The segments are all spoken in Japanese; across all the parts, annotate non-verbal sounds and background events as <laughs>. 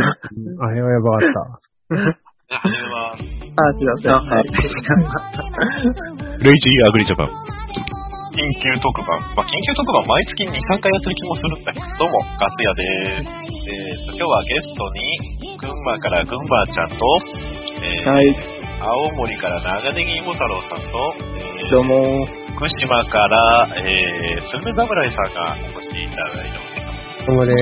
あれはやばかっあれは、あ、違った。 <laughs> はい。レイジーアグリジャパン。緊急特番。まあ、緊急特番毎月2、3回やってる気もするんだけど、どうも、ガス屋です。えーと、今日はゲストに、群馬から群馬ちゃんと、えーはい、青森から長ネギ芋太郎さんと、えーどうも。福島から、えー、スルメ侍さんがお越しいただいております。た。どうもで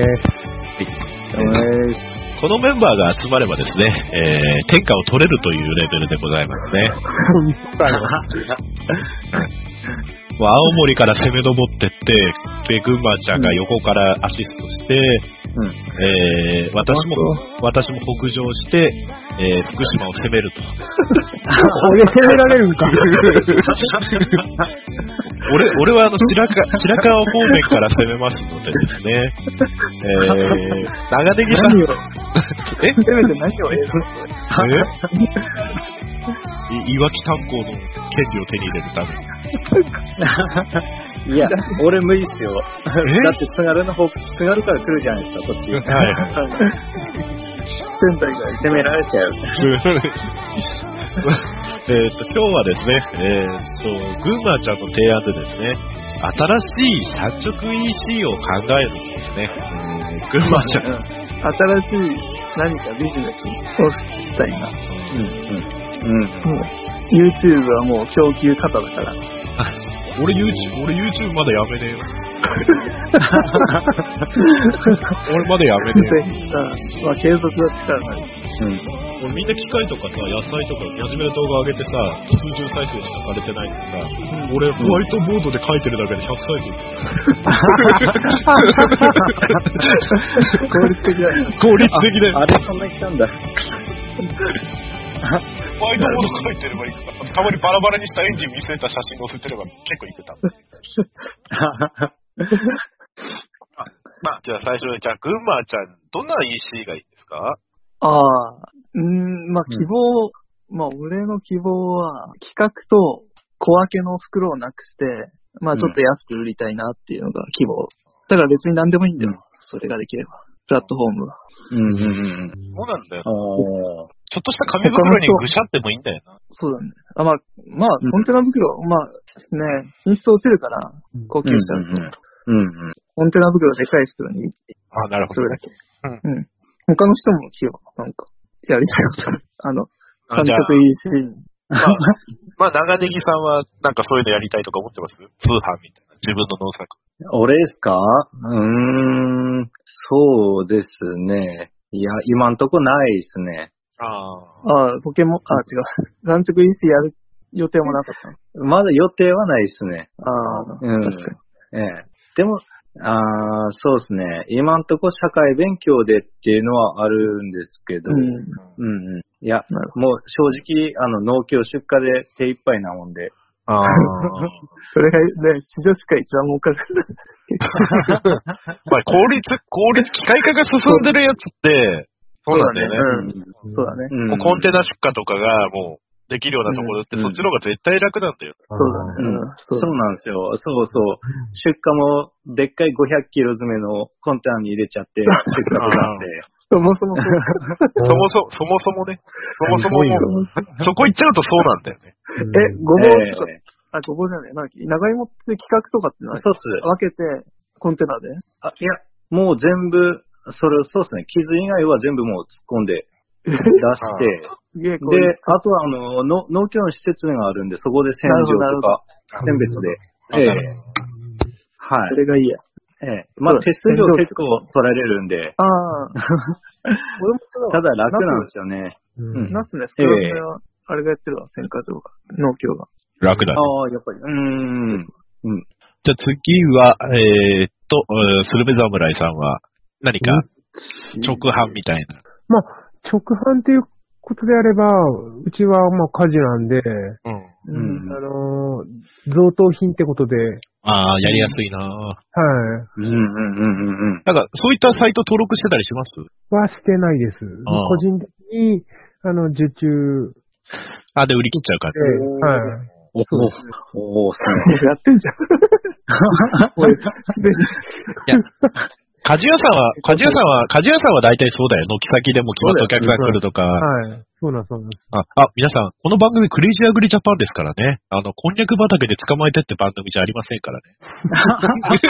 このメンバーが集まればですね、えー天下を取れるというレベルでございますね。まあ青森から攻め上ってって、で、群馬ちゃんが横からアシストして、うんえー私も、私も北上して、えー福島を攻め <laughs> ると。俺攻められるんか。俺、俺はあの白川、白川方面から攻めますのでですね、えー長ネギさん、何えを、せめて何を言うえいいわき炭鉱の権利を手に入れるために。のいや、俺無理っすよ。だえって津軽の方、津軽から来るじゃないですか、こっち。はいはい仙台から攻められちゃう。 <laughs> えーと今日はですね、えー、と群馬ちゃんの提案でですね、新しい産直 EC を考えるんですね。えー群馬ちゃん、うん新しい何かビジネスをしたいな。うん。もう、YouTube はもう供給方だから。 <laughs> 俺 YouTube、俺 YouTube まだやめねえよ。俺まだやめねえよ。ぜひさ、まあ、継続は力 <laughs> なり。俺みんな機械とかさ、野菜とか真面目な動画上げてさ、数十再生しかされてないのにさ、俺ホワイトボードで書いてるだけで100再生効率的だよ。効率的だよ。あれ、そんな来たんだ。ホワイトボード書いてればいいから、たまにバラバラにしたエンジン見せた写真載せてれば結構いくた。まあ、じゃあ最初に、じゃあ、群馬ちゃん、どんな EC がいいですかああ、うん、まあ、希望、まあ、俺の希望は、企画と小分けの袋をなくして、まあ、ちょっと安く売りたいなっていうのが希望。だから別に何でもいいんだよ。それができれば。プラットフォームは。うんうんうんそうなんだよ。うん。ああ。ちょっとした紙袋にぐしゃってもいいんだよな。そうだね。あ、まあ、まあ、コンテナ袋、まあ、ね、インスト落ちるから、高級車だと、うんうん。コンテナ袋でかい袋に、あ、なるほそどねれだ。け。うん。他の人も来よう。なんか、やりたいことある。あの、あ三じゃあ色いいし、まあ、まあ、長ネギさんは、なんかそういうのやりたいとか思ってます通販みたいな。自分の農作。俺ですかうーん。そうですね。いや、今んとこないですね。ああ。ああ、ポケモン、あ違う。 <laughs> 三色 EC やる予定もなかったの。まだ予定はないですね。ああ、うん。確かに。ええ。でも、ああ、そうですね。今んとこ社会勉強でっていうのはあるんですけど、うん。うんうん。いやなる、もう正直、あの、農協出荷で手一杯なもんで。ああ。 <laughs> それが、ね、市場しか一番儲かる。まあ、効率、効率、機械化が進んでるやつって、そうなんだよね。うん。そうだね。う。もうんコンテナ出荷とかがもうできるようなところって、うんそっちの方が絶対楽なんだよ。そうだね。うんうんそそううなんですよ。そうそう。出荷も、でっかい500キロ詰めのコンテナに入れち <laughs> ゃって、出荷とかって。そもそもそうだ <laughs> そもそも、そもそもね。そもそももう、そこ行っちゃうとそうなんだよね。え、ごぼうえとか、あ、ごぼうじゃない。なんか長芋って企画とかってえないそうっす。分けて、コンテナで。あいや、もう全部、それ、そうっすね。傷以外は全部もう突っ込んで出して、すげえ、こうで、あとは、あの、の農協の施設があるんで、そこで洗なる浄ほとどか、選別で。ええなはそれがいいや。い。ええまあ、手数料結構取られるんで、あ <laughs> あ。俺もそうただわ。だ楽なんですよね。うんナスね、袋詰めは、あれがやってるわ、選果場が。農協が。楽だね。ああ、や <laughs> っぱり。うーん。じゃあ次は、えー、っと、うんスルメ侍さんは何か直販みたいな。直販っていうことであれば、うちはまあ家事なんで、うん。うあんのー、贈答品ってことで、はい。ああ、やりやすいなうんうんうんうんうん。なんか、そういったサイト登録してたりしますはしてないです。ああ個人的に、あの、受注あ、で、売り切っちゃうからで、。はい。おおおす <laughs> やってんじゃん。俺、すでに。鍛冶屋さんは、鍛冶屋さんは、鍛冶屋さんは大体そうだよ。軒先でも決まってお客さん来るとか。はい。そうなんそうなんです。あ、あ、皆さん、この番組クレイジーアグリジャパンですからね。あの、こんにゃく畑で捕まえてって番組じゃありませんからね。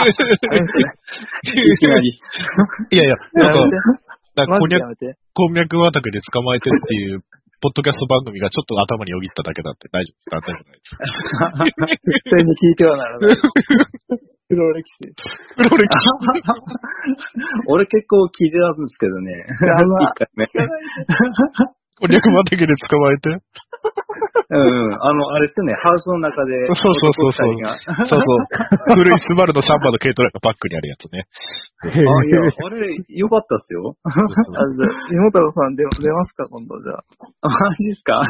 <laughs> いきなり。いやいや、なんか、なんかマこんジでにゃやく、めて。こんにゃく畑で捕まえてっていう、ポッドキャスト番組がちょっと頭によぎっただけなんで大丈夫です。大丈夫ないです。絶対に聞いてはならない。 <laughs> 黒歴史。黒歴俺結構聞いてたんですけどね。やば一回こんにゃく畑で捕まえて。目 <laughs> うん。あの、あれですよね、ハウスの中で。そうそうそうそう男二人がそうそう。古いスバルのサンバの軽トラがバックにあるやつ <laughs> ね。へえあ、いや、あれ、よかったっすよ。そうそうあ、じゃあ、芋太郎さん出出ますか、今度じゃあ。あマジっすか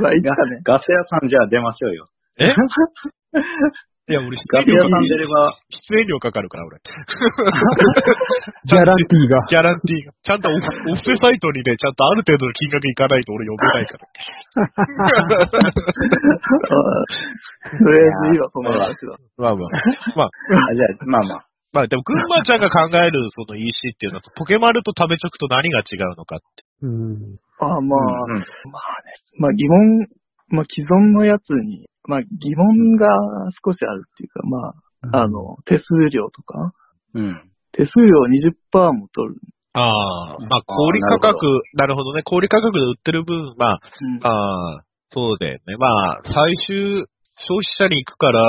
まあ、いつかね。ガス屋さんじゃあ出ましょうよ。いや、俺ガス出演料屋さんか出れば、出演料かかるから、俺。ギャランティーが。ギャランティーが。ちゃんとオフオフセサイトにね、ちゃんとある程度の金額いかないと俺呼べないから。 <laughs> あとりあえずいいわ、その話は。まあまあ。あじゃあ、まあまあ。 <laughs> まあでも、群馬ちゃんが考えるその EC っていうのは、ポケマルと食べチョクと何が違うのかって。うん。あまあ、うんうんまあね、まあ疑問、まあ既存のやつに、まあ疑問が少しあるっていうか、まあ、あの、手数料とか、うん。手数料20%も取る。ああ、まあ小売価格、なるほどね。小売価格で売ってる分、まあ、うんああ、そうだよね。まあ、最終消費者に行くから、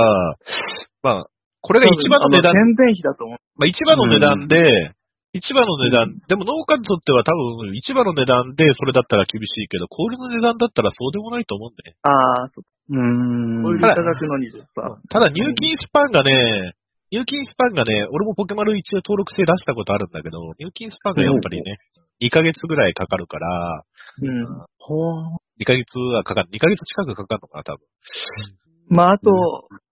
まあ、これが一番の値段多、分あ宣伝費だと思う。まあ一番の値段で、一番の値段、でも農家にとっては多分一番の値段でそれだったら厳しいけど、氷の値段だったらそうでもないと思うんだよね。ああ、そううーん。小売価格の20%。ただ入金スパンがね、入金スパンがね、俺もポケマル一応登録して出したことあるんだけど、入金スパンがやっぱりね、2ヶ月ぐらいかかるから、うん。 2ヶ月はかかる、2ヶ月近くかかるのかな、多分。まああと、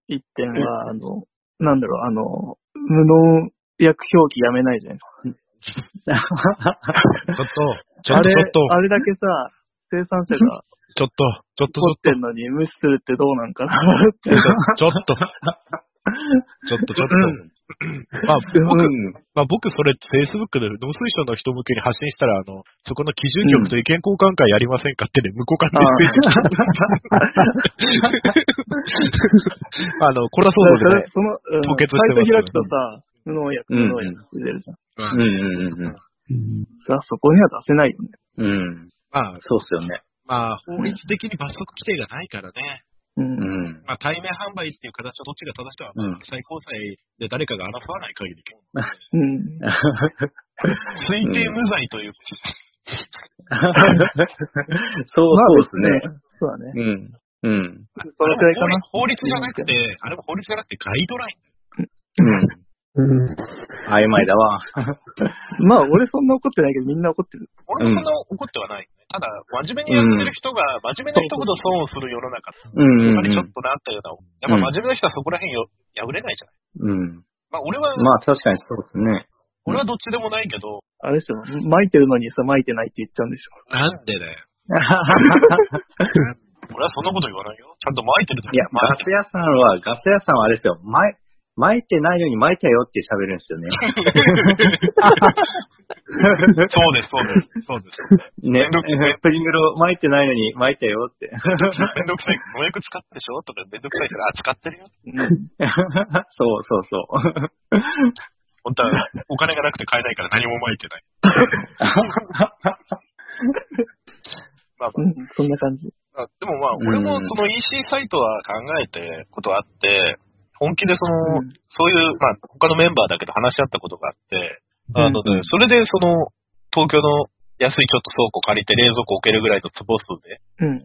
一点は、あの、なんだろう、あの、無農薬表記やめないじゃないですか。ちょっと、ちょ <laughs> あっと、れちょっと、、あれだけさ、生産者が <laughs> ちょっと、ちょっと、取ってんのに無視するってどうなんかなっていうか。ちょっと、ちょっと、ちょっと。 <laughs> まあ、僕、うん。まあ、僕、それ、Facebook で農水省の人向けに発信したら、あの、そこの基準局と意見交換会やりませんかってね、向こうからメッセージ来た。あの、これはそうだだかよらね。その、うん凍結してサイますト開くとさ、無農薬、無農薬って出るじゃん。うんうんうんさ、そこには出せないよね。うん。うん。まあ、そうっすよね。まあ、法律的に罰則規定がないからね。う。うんん。まあ、対面販売っていう形はどっちが正しいかわか <laughs> んない最高裁で誰かが争わない限り、うん。推定無罪というそう、そうっすね。まあ。そうだね。うん。うん。それくらいかな。法律じゃなくて、あれも法律じゃなくてガイドライン。うん。うん。曖昧だわ。まあ、俺そんな怒ってないけど、みんな怒ってる。俺もそんな怒ってはない。ただ、真面目にやってる人が、真面目な人ほど損をする世の中って、うんやっうぱりんちょっとなったような、やっぱ真面目な人はそこら辺よ破れないじゃない。うん。うん。まあ俺は、まあ確かにそうっすね。俺はどっちでもないけど、あれでしょ、巻いてるのにさ、巻いてないって言っちゃうんでしょ。なんでだよ。俺はそんなこと言わないよ。ちゃんと巻いてると <laughs> いや、ガス屋さんは、ガス屋さんはあれですよ。巻い巻いてないのに巻いたよって喋るんですよね。そうです、そうです、そう <laughs> です。 <laughs> ね、めんどくさいプリングルを巻いてないのに巻いたよ <laughs> って。めんどくさい。農薬使ってでしょとかめんどくさいから、あ、使ってるよ。そうそうそう。本当は、お金がなくて買えないから何も巻いて <laughs> ない。まあまあうん、そんな感じ。あでもまあ、俺もその EC サイトは考えてことあって、本気でその、うんそういう、まあ、他のメンバーだけど話し合ったことがあって、あのね、うんそれでその、東京の安いちょっと倉庫借りて冷蔵庫置けるぐらいの坪数で、うん。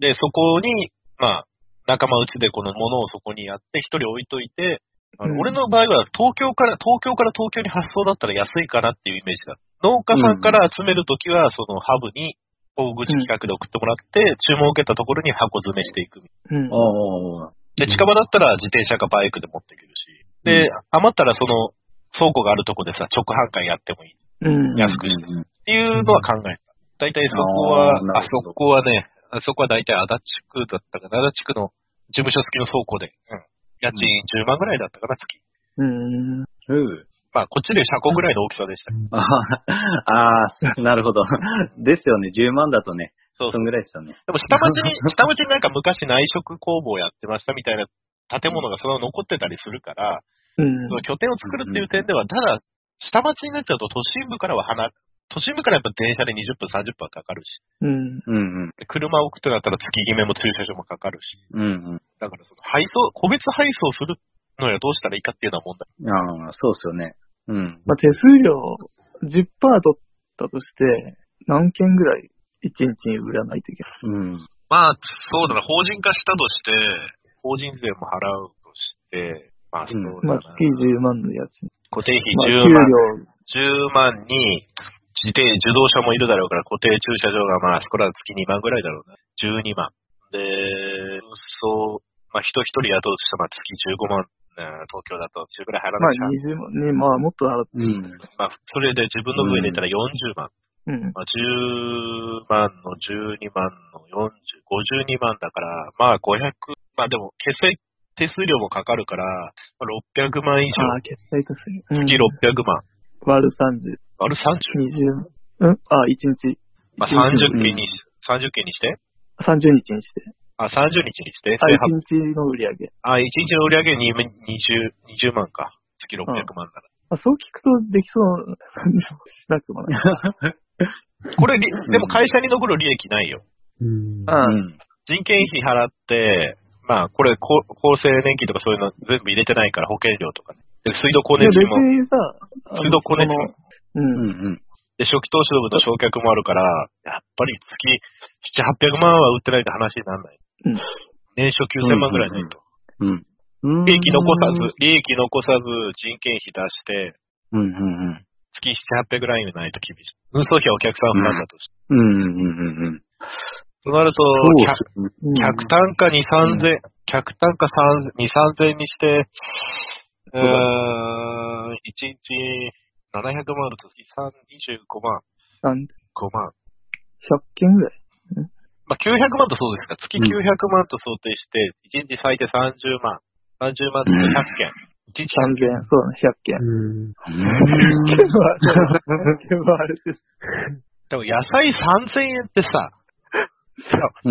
で、そこに、まあ、仲間内でこの物をそこにやって、一人置いといて、あのうん俺の場合は東京から、東京から東京に発送だったら安いかなっていうイメージだ。農家さんから集めるときは、そのハブに、大口企画で送ってもらって、注文を受けたところに箱詰めしていく。うん。おーで、近場だったら自転車かバイクで持ってくるし、で、余ったらその倉庫があるとこでさ、直販会やってもいいっうん。安くしてうんていうのは考えた。大体そこはあー、なあるほどそこはね、あそこは大体足立区だったかな、足立区の事務所付きの倉庫で、うん、家賃10万ぐらいだったかな、月。うん。うん。 <laughs> まあ、こっちで車庫ぐらいの大きさでした。ああー、なるほど。ですよね。10万だとね。そうそんぐらいですよね。でも下町に、下町になんか昔内職工房やってましたみたいな建物がそのまま残ってたりするから、うんそ。の拠点を作るっていう点では、ただ、下町になっちゃうと都心部からは離れ、都心部からやっぱ電車で20分、30分はかかるし、うん。うんうん。で車を置くってなったら月決めも駐車場もかかるし、うんだからその配送、個別配送するのやどうしたらいいかっていうのは問題。うん。ああ、そうですよね。うん。まあ、手数料10%取ったとして、何件ぐらい1日に売らないといけない。うん。まあ、そうだな、法人化したとして、法人税も払うとして、まあ、そうだなまあ、。月10万のやつ。固定費まあ、 10万、10万に、自転、自動車もいるだろうから、固定駐車場がまあ、あそこら月2万ぐらいだろうな。12万。で、そう、まあ、人一人雇うとしたら、まあ、月15万、うん東京だと10ぐらい払まわあなきゃ、、 20万ね、まあ、もっと払ってうん。まあ、それで自分の上で入れたら40万。うん。まあ、10万の12万の40、52万だから、まあ500、まあでも、決済手数料もかかるから、まあ600万以上、ああ、決済とする。うん月600万、割る30、割る 30? 20、うんああ、1日。まあ一日30件にし、30件にして30日にして。あ、30日にして、あ、 1800 1日の売り上げ。あ、1日の売り上げに20、20万か。月600万だかまあ、そう聞くとできそうな感じもしなくもない。ら。これり、でも会社に残る利益ないよ。うん。ああうん人件費払って、まあ、これ、こ厚生年金とかそういうの全部入れてないから、保険料とかね。で水道光いや熱別費も、にさ、あの水道光熱そ費も。のうん。うんで、初期投資の分の償却もあるから、やっぱり月7、800万は売ってないと話にならない。うん年初9000万ぐらいないと。うん。うん。利益残さず、利益残さず人件費出して、うんうんうん。月7、800ぐらいないと厳しい。運送費はお客さん負担だとして。うんうんうんうん。となると、そう客ですねうん客単価2、3000、客単価2、3000にして、うーん、1日700万あると月3 25万、 30 5万。 100件ぐらい。まあ、900万とそうですか。月うん900万と想定して、1日最低30万。30万と100件。1日3000円。そうだね、100件。うん。 100件は、100件はあれです。でも野菜3000円ってさ、う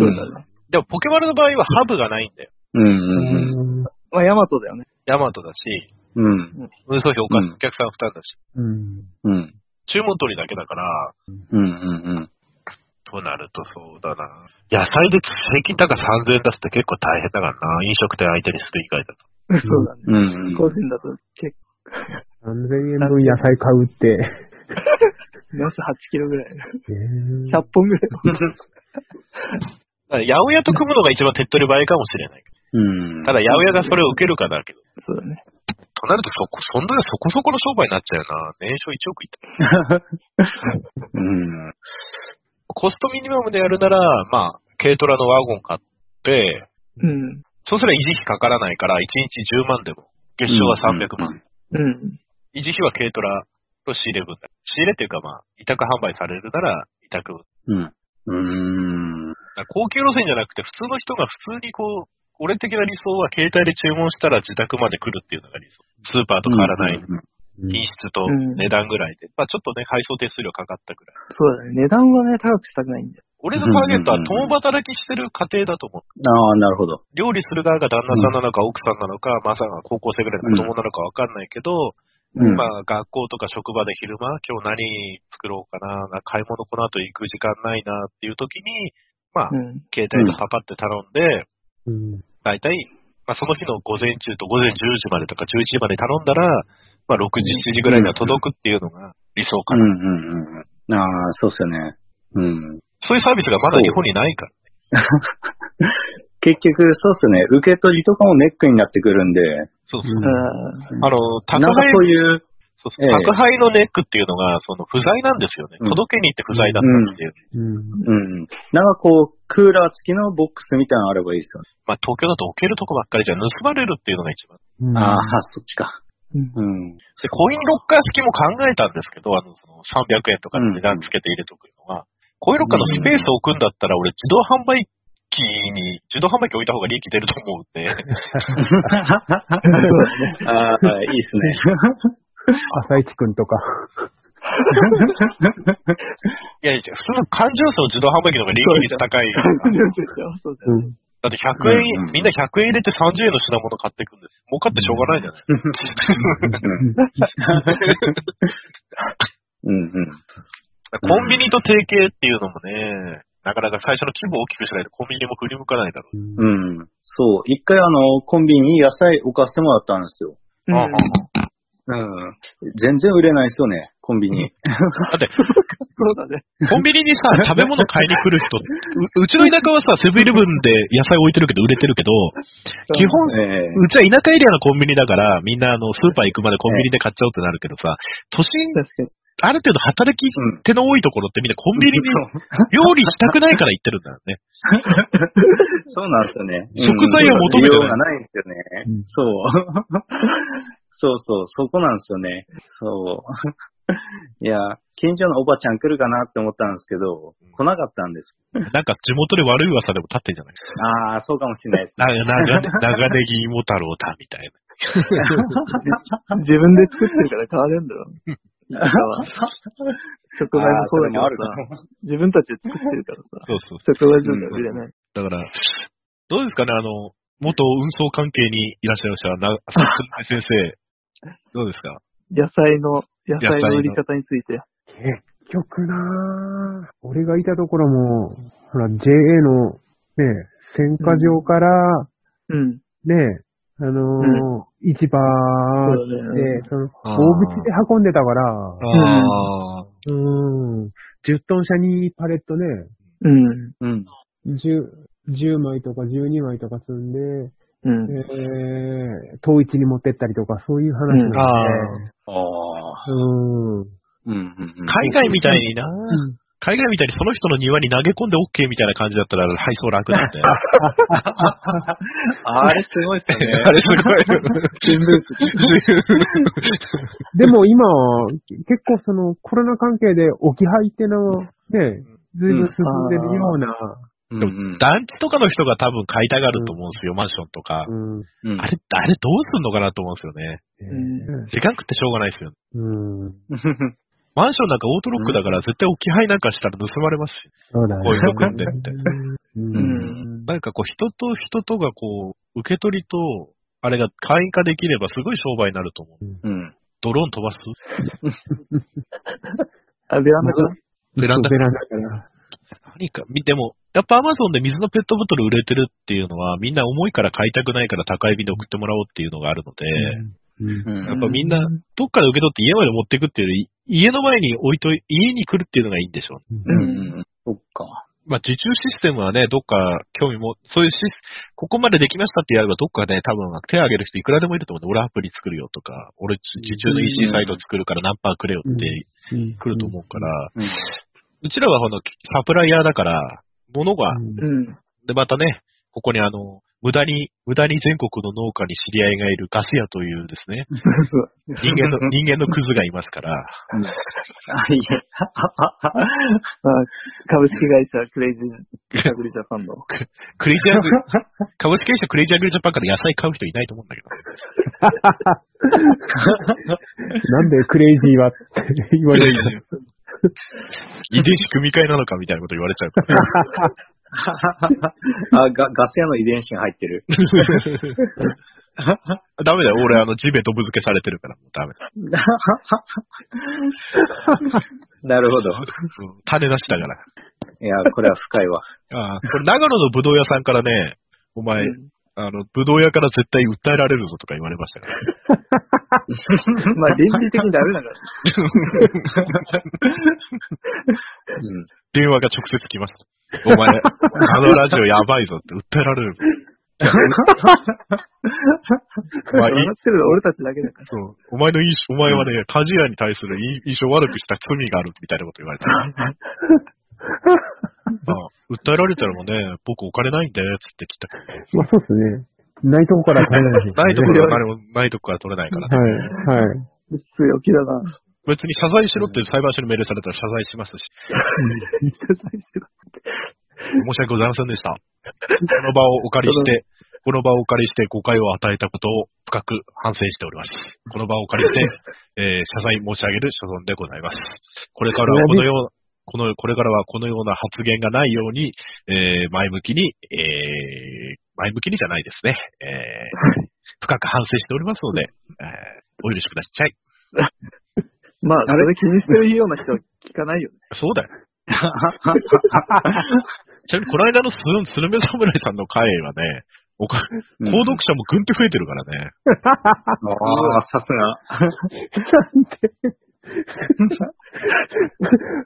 そんうだね。でもポケマルの場合はハブがないんだよ。うんううんん。まあ、ヤマトだよね。ヤマトだし、うん。うん運送費おかうんお客さん負担だし、うん。うん注文取りだけだから、うんうんとなるとそうだな。野菜で平均単価3000円出すって結構大変だからな。飲食店相手にする以外だと。そうだね。うんうん個人だと結3000円分野菜買うって。構、ナス8キロぐらい。えー100本ぐらい。だから八百屋と組むのが一番手っ取り早いかもしれない。うん。ただ八百屋がそれを受けるかだけど。そうだね。となるとそこ、そんなそこそこの商売になっちゃうな。年商1億いった。うん。コストミニマムでやるなら、まあ、軽トラのワゴン買って、うん。そうすれば維持費かからないから、1日10万でも、月賞は300万。。うん。維持費は軽トラと仕入れ分だ。仕入れというかまあ、委託販売されるなら、委託分。うん。うん。だから高級路線じゃなくて、普通の人が普通にこう、俺的な理想は携帯で注文したら自宅まで来るっていうのが理想。スーパーと変わらない。品質と値段ぐらいで。まあちょっとね、配送手数料かかったぐらい。そうだね。値段はね、高くしたくないんだよ。俺のターゲットは共働きしてる家庭だと思う。ああ、なるほど。料理する側が旦那さんなのか奥さんなのか、まさが高校生ぐらいの子供なのかわかんないけど、うんまあ学校とか職場で昼間、今日何作ろうかな、な買い物この後行く時間ないなっていう時に、まあう、ん。携帯でパパって頼んで、うん。だいたい、まあその日の午前中と午前10時までとか11時まで頼んだら、まあ6時、7時ぐらいには届くっていうのが理想うかんな。うんうん。ああ、そうっすよね。うん。そういうサービスがまだ日本にないから。結局、そうっすね。受け取りとかもネックになってくるんで、そうそうう。んあうんあの、宅なんか配そういう、そうそうええ宅配のネックっていうのが、その不在なんですよね。うん届けに行って不在だったっていう。うん。うん。なんかこう、クーラー付きのボックスみたいなのあればいいっすよね。まあ、東京だと置けるとこばっかりじゃ盗まれるっていうのが一番。うんああ、そっちか。うんうん。で、コインロッカー式も考えたんですけど、あの、その300円とかで値段つけて入れとくのは、コインロッカーのスペースを置くんだったら、俺自動販売機に、自動販売機置いた方が利益出ると思うんで、ああ、いいっすね。 <laughs> 朝一くんとか。いやいや、普通の環状層自動販売機の方が利益率高い。そうでしょそうだよねうん。 <laughs> だって100円、うんみんな100円入れて30円の品物買っていくんですよ。儲かってしょうがないじゃないですか。うんうん。コンビニと提携っていうのもね、なかなか最初の規模を大きくしないとコンビニも振り向かないだろう。うん。そう。一回あの、コンビニに野菜置かせてもらったんですよ。うんああうん。全然売れないですよね、コンビニ。そうだね。コンビニにさ、食べ物買いに来る人、ううちの田舎はさ、セブンイレブンで野菜置いてるけど売れてるけど、基本、ええうちは田舎エリアのコンビニだから、みんなあの、スーパー行くまでコンビニで買っちゃおうってなるけどさ、都心、確かに。ある程度働きうん。手の多いところってみんなコンビニに料理したくないから行ってるんだよね。そうなんですよね。食材を求めてない需要がないんですよね。うんそう。そうそう、そこなんですよね。そう。いや、近所のおばちゃん来るかなって思ったんですけど、来なかったんです。なんか地元で悪い噂でも立ってんじゃないああ、そうかもしれないですね。な長ね長ネギ芋太郎だ、みたいな。自分で作ってるから変わるんだろうね。田舎は食材あもーそそうれだけどもあるかさ、自分たちで作ってるからさ、そうそう食材自体売れない。だから、どうですかね、あの、元運送関係にいらっしゃいましたな、先生、どうですか野菜の、野菜の売り方について。結局なぁ、俺がいたところも、ほら、JA のね、選果場から、うん。ね、あのー市場そうだで、ね。その、あー大口で運んでたから、ああ、うん、10トン車にパレットね、うん。うん。 10、10枚とか12枚とか積んで、うん。えー、遠市に持ってったりとか、そういう話なんで、ああ。うん。うんうんうんうん。海外みたいにな、海外みたいにその人の庭に投げ込んで OK みたいな感じだったら配送楽なん <laughs> で。 <laughs> あれすごいっすよね。あれすごい。でも今は、結構その、コロナ関係で置き配っての、ね、ずいぶん進んでるような、うんうん団地とかの人が多分買いたがると思うんですよ、マンションとか。うん。うんあれ、あれどうすんのかなと思うんですよね。ね時間食ってしょうがないですよ。うん。マンションなんかオートロックだから絶対置き配なんかしたら盗まれますし。そうだね。こういうの組んでって。うん。うんなんかこう人と人とがこう、受け取りと、あれが会員化できればすごい商売になると思う。うん。ドローン飛ばすあ、ベランダから。ベランダベランダから。何か、みでも、やっぱアマゾンで水のペットボトル売れてるっていうのは、みんな重いから買いたくないから高い便で送ってもらおうっていうのがあるので、うんうやんっぱみんな、どっかで受け取って家まで持ってくっていうより、家の前に置いとい、家に来るっていうのがいいんでしょうね。うんうん。そっか。まあ、受注システムはね、どっか興味も、そういうシス、ここまでできましたってやれば、どっかね、多分手を挙げる人いくらでもいると思うんで、俺アプリ作るよとか、俺受注の EC サイト作るから何パーくれよって来ると思うから、うんうちらはこのサプライヤーだから、物がうん。で、またね、ここにあの、無駄に、無駄に全国の農家に知り合いがいるガス屋というですね、人間 <laughs> の、人間のクズがいますから、あ、いや。まあ、株式会社クレイジージャグリージャパンの。クレイジ <laughs> ーアグリ、株式会社クレイジーアグリジャパンから野菜買う人いないと思うんだけど、なんでクレイジーはって言われるの <laughs> 遺伝子組み換えなのかみたいなこと言われちゃうから。あ、ガガス屋の遺伝子が入ってる。 <laughs> ダメだよ、俺あの、地べとぶ付けされてるから、もうダメだ。なるほど。うん種出したから。いや、これは深いわ。ああ、これ長野のぶどう屋さんからね、お前、うんあの、ぶどう屋から絶対訴えられるぞとか言われまし <laughs> たから。まあ、倫理的にダメだから。 <laughs> うん。電話が直接来ました。お前、あのラジオやばいぞって訴えられる。まあいい笑ってるの俺たちだけだから。そう。お前の印象、お前はね、鍛冶屋に対する印印象を悪くした罪があるみたいなこと言われた。あ訴えられたらもうね、僕お金ないんだよ、つって来た。まあそうですね。ないとこから取れないですねないところからお金も、ないとこから取れないから。はい、はい。強気だな。別に謝罪しろって裁判所に命令されたら謝罪しますし、謝罪しろ <laughs> 申し訳ございませんでした。この場をお借りして、この場をお借りして誤解を与えたことを深く反省しております。この場をお借りして、 <laughs> えー謝罪申し上げる所存でございます。これからはこのような、この、これからはこのような発言がないように、えー前向きに、えー前向きにじゃないですね。えー深く反省しておりますので、えーお許しください。まあ、それ気にしてるような人は聞かないよね。そうだよ。ちなみに、この間のスルスルメ侍さんの回はね、おか、うん購読者もぐんって増えてるからね。ああ、さすが。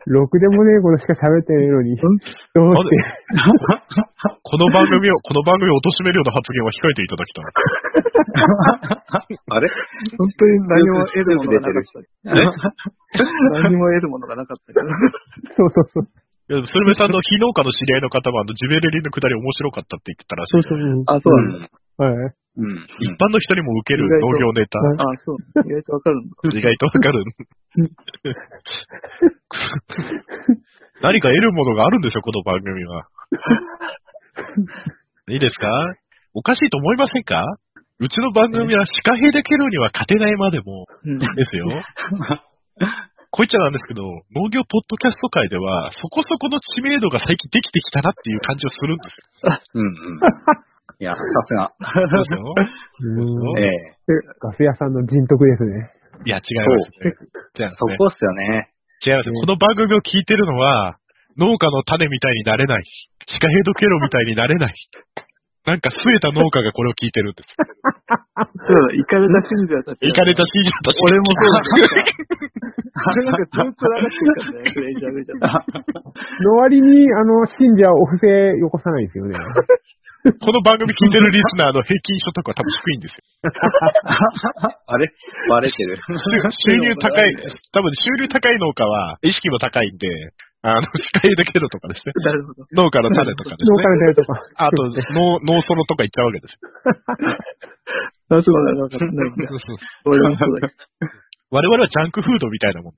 ろくでもねえことしか喋ってねえのに。どうして <laughs> この番組を、この番組を貶めるような発言は控えていただきたい。あれ本当に何も得るものがなかった。何も得るものがなかったから。そうそうそう。いやでもスルメさんの非農家の知り合いの方は、あの、ジュベレリーのくだり面白かったって言ってたらしいそねう。そうあ、そうなんだ。ん。そう。はい。うん。一般の人にも受ける農業ネタ。意外あ、そう。意外とわかるんだ。意外と <laughs> わかる。何か得るものがあるんですよ、この番 <laughs> 組は。いいですかおかしいと思いませんかうちの番組はシカヘデケロには勝てないまでも、うん。ですよ。こう言っちゃなんですけど、農業ポッドキャスト界では、そこそこの知名度が最近できてきたなっていう感じをするんですうんうん。いや、さす <laughs> が。よ。うんええガス屋さんの人徳ですね。いや、違いますね。違いますそね。こっすよね。違います。この番組を聞いてるのは、農家の種みたいになれない。シカヘドケロみたいになれない。なんか、据えた農家がこれを聞いてるんです。そうだ、イカれた信者たち。イカれた信者たち。俺もそうだ。なんかずっと流してるからね、クレイジャーみたいな。の割に、あの、信者をお布施よこさないですよね。この番組聞いてるリスナーの平均所得は多分低いんですよ。あれバレてる。収入高い、多分収入高い農家は、意識も高いんで、あの、シカヘドケロとかですね。なるほど。農家の種とかです農家ね。のたりとか。あと、農、農ソロとか行っちゃうわけですよ。あ、そうだ、なんか、なんか、俺もそうだけ我々はジャンクフードみたいなもん。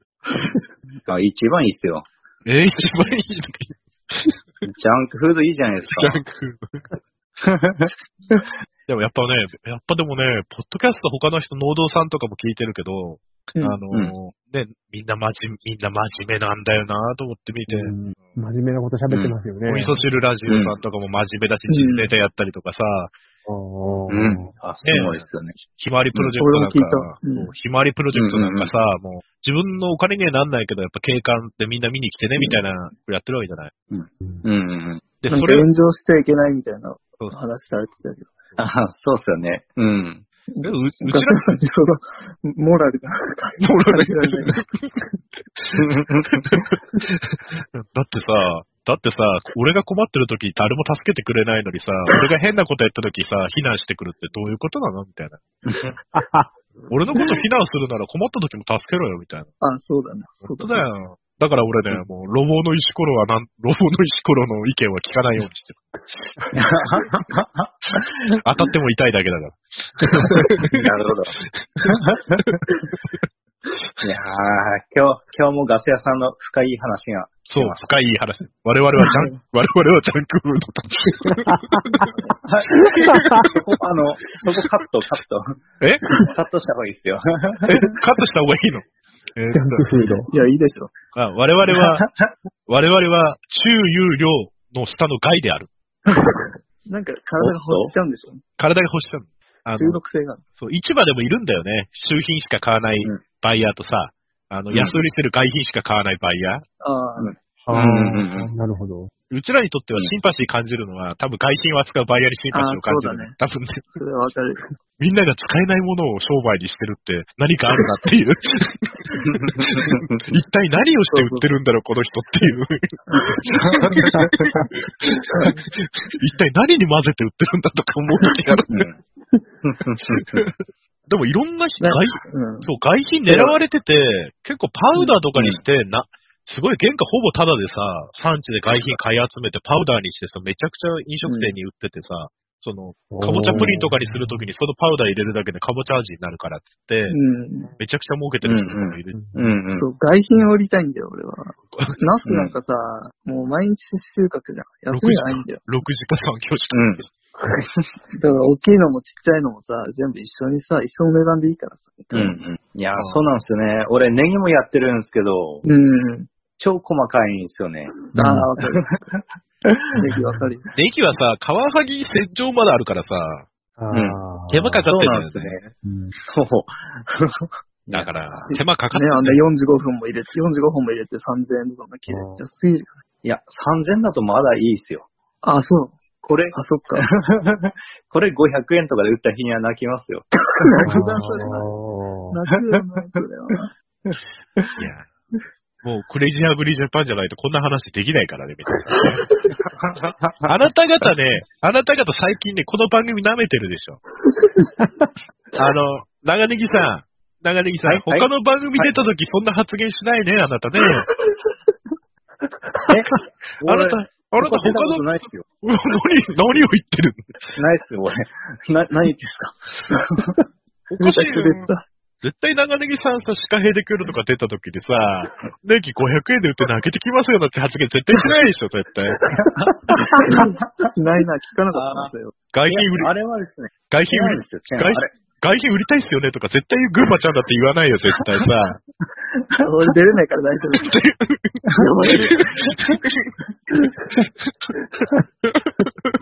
あ一番いいっすよ。えー、一番いいのかジャンクフードいいじゃないです <laughs> ジか。ャンク。でもやっぱね、やっぱでもね、ポッドキャスト他の人、農道さんとかも聞いてるけど、うんあのね、みんな真面目、みんな真面目なんだよなと思って見て、うん真面目なこと喋ってますよね。お味噌汁ラジオさんとかも真面目だし、うん新ネタやったりとかさ、おーうん。あ、すごいっすよね。ひまわりプロジェクトなんか、うん俺もも聞いたうんうひまわりプロジェクトなんかさ、もう自分のお金にはなんないけど、やっぱ景観ってみんな見に来てね、みたいな、やってるわけじゃない。うんうんうん。で、ど。そなんかれ、炎上しちゃいけないみたいな話されてたけど。あそうっすよね。 <laughs> うん。でううちうら、その、モラルが、モラル感じられないだってさ、だってさ、俺が困ってる時誰も助けてくれないのにさ、俺が変なことやった時さ、非難してくるってどういうことなのみたいな。俺のこと非難するなら困った時も助けろよ、みたいな。あ、そうだね。そう本当だ。よ。だから俺ね、もう、ロボの石ころはなん、ロボの石ころの意見は聞かないようにしてる。当たっても痛いだけだから。なるほど。 <laughs> いやー、今日、今日もガス屋さんの深い話が。そう、深い話。我々はジャン、我々はジャンクフードだ。そこ、 <laughs> あの、そこカット、カット。えカットした方がいいっすえよ。カットした方がいいのえーっジャンクフード。いや、いいでしょ。とあ我々は、我々は、中有量の下の害である。なんか、体が欲しちゃうんでしょ。体が欲しちゃう。あ中の、毒性がある。そう、市場でもいるんだよね。周品しか買わないうんバイヤーとさ、あの、うん安売りしてる外品しか買わないバイヤー。ああ、ああうんうんー、なるほど。うちらにとってはシンパシー感じるのは、多分外心を扱うバイヤーにシンパシーを感じる。あそうだね多分ね、それはわか <laughs> る。 <laughs> みんなが使えないものを商売にしてるって何かあるなっていう。一体何をして売ってるんだろう、この人っていう。一体何に混ぜて売ってるんだとか思う時がある。うんでもいろんな人、ね外うん。そう、外品狙われてて、結構パウダーとかにして、な、すごい原価ほぼタダでさ、産地で外品買い集めてパウダーにしてさ、めちゃくちゃ飲食店に売っててさ、その、かぼちゃプリンとかにするときにそのパウダー入れるだけでかぼちゃ味になるからって言って、うん。めちゃくちゃ儲けてる人とかもいる。うんうん。そう、外品を売りたいんだよ、俺 <laughs> は。ナスなんかさ、もう毎日収穫じゃん。休みがないんだよ。 6時か3教しか。うん。だから大きいのもちっちゃいのもさ、全部一緒にさ、一緒の値段でいいからさ。うんうん。いや、そうなんですよね。俺、ネギもやってるんですけど、うん。超細かいんですよね。ああ、わか <laughs> る。ぜひわかるよ。 <laughs> ネギはさ、カワハギ洗浄まであるからさ、あうんあ。手間かかそっうてなんるでんすだねよね。。うんそう。だから、手間かかっね、あんな45分も入れて、45分も入れて3000円とかの切れうん安すぎるよ。いや、3000だとまだいいですよ。ああ、そう。これ、 <laughs> あ、そっか。これ500円とかで売った日には泣きますよ。泣くな、それは。泣くよな、それは。 <laughs> いや。もうクレイジーアグリージャパンじゃないとこんな話できないからね、みたいな。あなた方ね、あなた方最近ね、この番組舐めてるでしょ。あの、長ネギさん、長ネギさん、はいはい他の番組出た時そんな発言しないね、あなたね。えあなた、あ <laughs> 俺なたここ出たこ他との、ないっすよ。何、何を言ってるないっすよ、俺。 <laughs> な、何言ってのおかしい忘れよて。た。絶対長ネギさんさ、シカヘデクルとか出た時にさ、ネギ500円で売って泣けてきますよなんて発言絶対しないでしょ、絶対。しないな、聞かなかったんですよ。外品る売んですりか、あれはですね、外品売違うりんですよ、違う。あれ、外品売りたいっすよねとか絶対群馬ちゃんだって言わないよ、絶 <laughs> 対さ。俺出れないから大丈 <laughs> 夫。呼ばれるい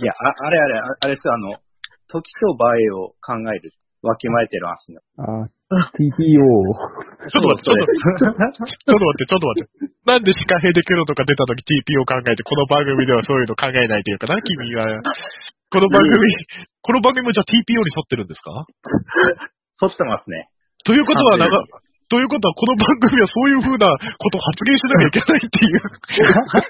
や、ああれあれ、ああれっすよ、あの、時と場合を考える、わきまえてる話の。ああ、TPO。ちょっと待って、ちょっと待って、ちょっと待って、ちょっと待って。なんでシカヘデケロとか出た時 TP を考えて、この番組ではそういうの考えないというかな、君は。この番組、 <laughs> この番組もじゃあ TPO に沿ってるんですか撮 <laughs> ってますね。ということは、ななんんでか、ということは、この番組はそういう風なことを発言しなきゃいけないっ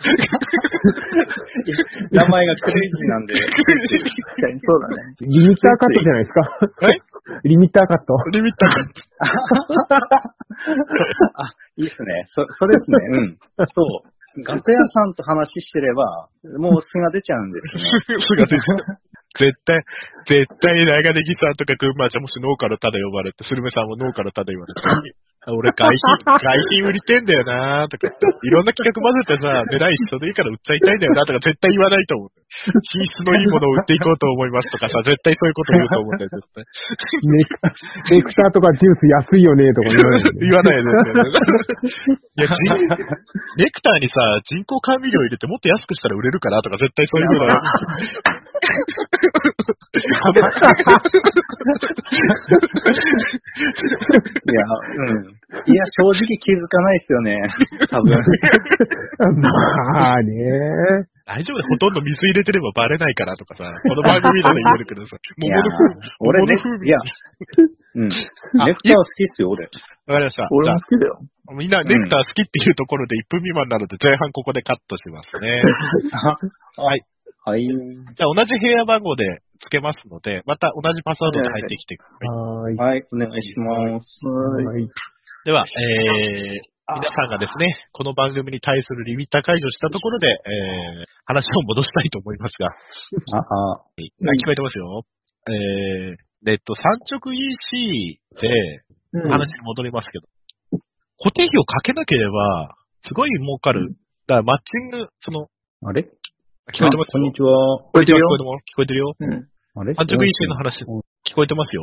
ていう。名前がクレイジーな <laughs> んで。確かに、そうだね。リミッターカットじゃないですか。リミッターカット。リミッター <laughs> がいいっすね。そ、それっすね。うん。そう。ガス屋さんと話してれば、もう素が出ちゃう <laughs> んですね。すが出て絶対、絶対、長ネギさんとか群馬ちゃんもし農家のただ呼ばれて、スルメさんも農家のただ言われて、俺外品、外品売りてんだよなとか言って、いろんな企画混ぜてさ、狙い一緒でいいから売っちゃいたいんだよなとか絶対言わないと思う。品質のいいものを売っていこうと思いますとかさ、絶対そういうこと言うと思うんだよ、絶対。ネクネクターとかジュース安いよね、とか言わないで <laughs> 言わないですよね。いや、人ネクターにさ、人工甘味料入れてもっと安くしたら売れるかなとか絶対そういうふうな。いや、うん。いや、正直気づかないっすよね。多分。まあね。大丈夫だよ、ほとんど水入れてればバレないからとかさ、この番組で言われるけどさ、い桃やの風味、、俺ね桃の風、味いや、うん。ネクター好きっすよ、俺。わかりました。俺じゃも好きだよ。あ、みんなネクター好きっていうところで1分未満なので前半ここでカットしますね。はい。はい。じゃあ同じ部屋番号で付けますので、また同じパスワードで入ってきてくださはい。い。はい、お願いします。はい。はい。では、えー、皆さんがですね、この番組に対するリミッター解除したところで、えー、話を戻したいと思いますが、あ、あ、あ聞こえてますよ。えー、えっと、産直 EC で、うん話に戻りますけど、固定費をかけなければ、すごい儲かる。だからマッチング、その、あれ聞こえてますあこんにちは。こえてるよ聞こえてるよ。うん。あれ産直 EC の話、聞こえてますよ。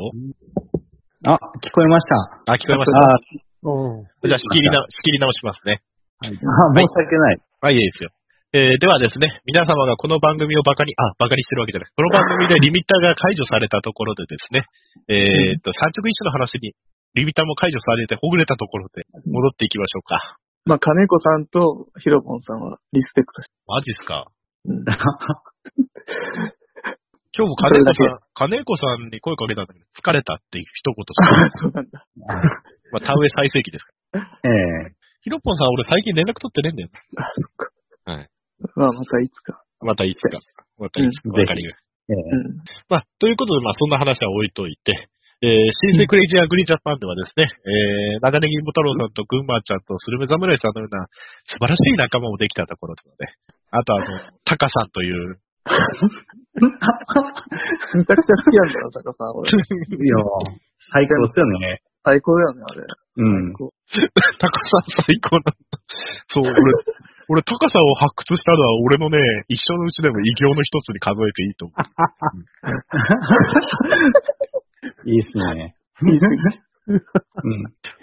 あ、聞こえました。あ、聞こえましあ、うん。た。じゃあ仕切りな、仕切り直しますね。 <laughs> あ申し訳ない。 <laughs> はい、いいですよ。えー、ではですね、皆様がこの番組をバカに、あ、バカにしてるわけじゃない。この番組でリミッターが解除されたところでですね、えーっと、三直一の話に、リミッターも解除されてほぐれたところで戻っていきましょうか。まあ、金子さんとヒロポンさんはリスペクトして。マジっすか <laughs> うん今日も金子さん、金子さんに声かけたんだけど、疲れたっていう一言しかそうなんだ。 <laughs> まあ、田植え最盛期ですから。えヒロポンさん、俺最近連絡取ってねえんだよ。あ、そっか。はい。まあ、またいつか。またいつか。またいつか。うんぜひわかりえええうん。まあ、ということで、まあ、そんな話は置いといて、えー、新生クレイジーアグリジャパンではですね、えー、長ネギボ太郎さんと群馬ちゃんとスルメ侍さんのような素晴らしい仲間もできたところなので、あとあの、タカさんという、めちゃくちゃ好きなんだよ、坂さん。俺。いや、最高ですよね。最高だよね、あれ。うん。高さ最高な。そう、俺、俺、高さを発掘したのは、俺のね、一生のうちでも異形の一つに数えていいと思う。いいですね。 <laughs> うん。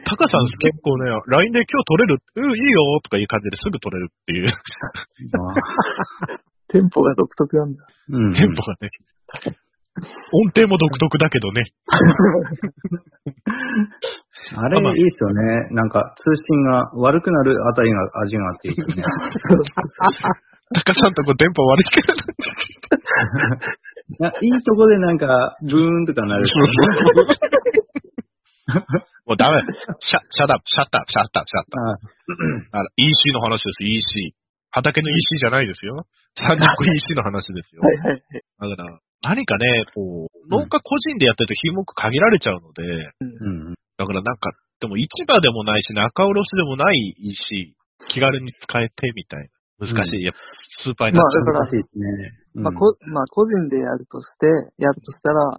高さん、結構ね、LINE で今日取れるうん、いいよとかいう感じですぐ取れるっていう、まあテンポが独特なんだよ。うん。テンポがね。音程も独特だけどね。あれ、いいっすよね。なんか、通信が悪くなるあたりが味があっていいですよ <laughs> ね。高さんとこ電波悪いけど。ないいとこでなんか、ブーンとかなる。もうダメ。シャ、シャダップ、シャッター、シャッター、シャッター。ああの EC の話です、EC。畑の EC じゃないですよ。三陸 EC の話ですよ。はいはいはい。だから、何かね、こう、農家個人でやってると品目限られちゃうので、 <laughs> うん。だからなんか、でも市場でもないし、仲卸でもないし、気軽に使えてみたいな。難しい。やっぱ、スーパーになっちゃう。難しいですね。うんまあ、こまあ、個人でやるとして、やるとしたら、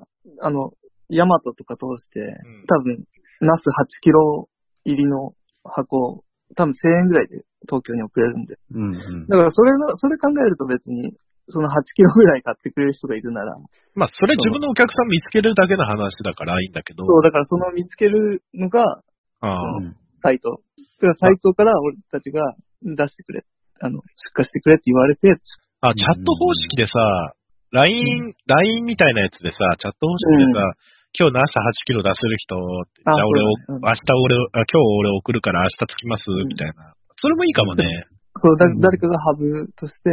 あの、ヤマトとか通して、うん多分、ナス8キロ入りの箱、多分1000円ぐらいで東京に送れるんで。うんうんだから、それの、それ考えると別に、その8キロぐらい買ってくれる人がいるなら、まあ、それ自分のお客さん見つけるだけの話だからいいんだけど、そう、だからその見つけるのが、ああうんサイト。だからサイトから俺たちが出してくれ、あの、出荷してくれって言われて、あ、チャット方式でさ、LINE、LINE みたいなやつでさ、チャット方式でさ、今日の朝8キロ出せる人って、じゃああ俺を、そうだねうん明日俺を、あ今日俺送るから明日着きます、んみたいな。それもいいかもね。そう、だうん誰かがハブとして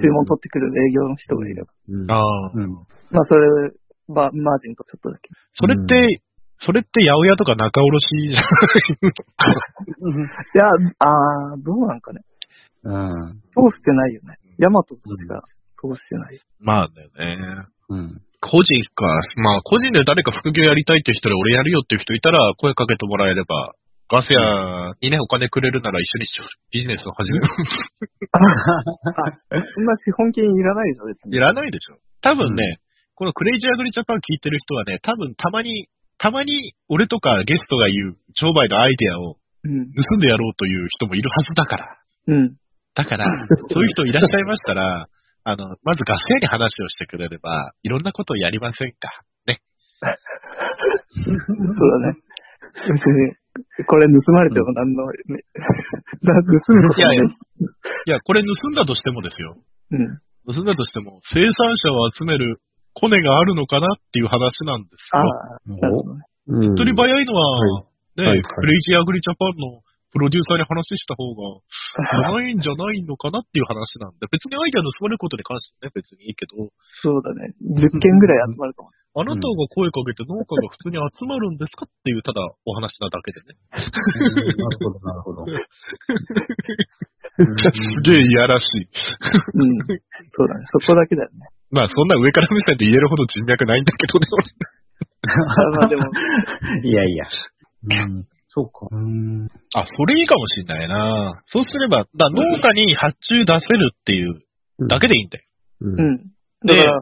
注文取ってくる営業の人がいればうんああ。うんまあ、それ、ば、マージンとちょっとだけ。それって、それって八百屋とか仲卸じゃん。 <laughs> いや、あー、どうなんかね。うん。通してないよね。ヤマトとしか通してない。まあだよね。 <laughs> うん。個人か。まあ、個人で誰か副業やりたいって人で俺やるよっていう人いたら、声かけてもらえれば、ガス屋にね、お金くれるなら一緒にビジネスを始める。そんな資本金いらないでしょ、別に。いらないでしょ。多分ね、このクレイジーアグリジャパン聞いてる人はね、多分たまに、たまに俺とかゲストが言う商売のアイデアをうん。盗んでやろうという人もいるはずだから。うん。だから、そういう人いらっしゃいましたら、 <laughs> あの、まずガス屋に話をしてくれれば、いろんなことをやりませんか。そうだね。別に、これ盗まれても何の、ね、だ盗むことないいやいいや、これ盗んだとしてもですよ。うん。盗んだとしても、生産者を集めるコネがあるのかなっていう話なんですあよ。あ、なるほどね。うん手っ取り早いのは、ね、はいはいクレイジーアグリジャパンのプロデューサーに話した方が、ないんじゃないのかなっていう話なんで、別にアイデア盗まれることに関してはね、別にいいけど、そうだね。10件ぐらい集まるかも。あなたが声かけて農家が普通に集まるんですかっていう、ただお話なだけでね。なるほど、なるほど。すげえいやらしい。うん。そうだね。そこだけだよ <laughs> ね。まあ、そんな上から目線で言えるほど人脈ないんだけどね、まあでも、いやいや。うん。そうか。うん。 <laughs> あ、それいいかもしんないなそうすれば、だ農家に発注出せるっていうだけでいいんだよ。うんう。ん。だから、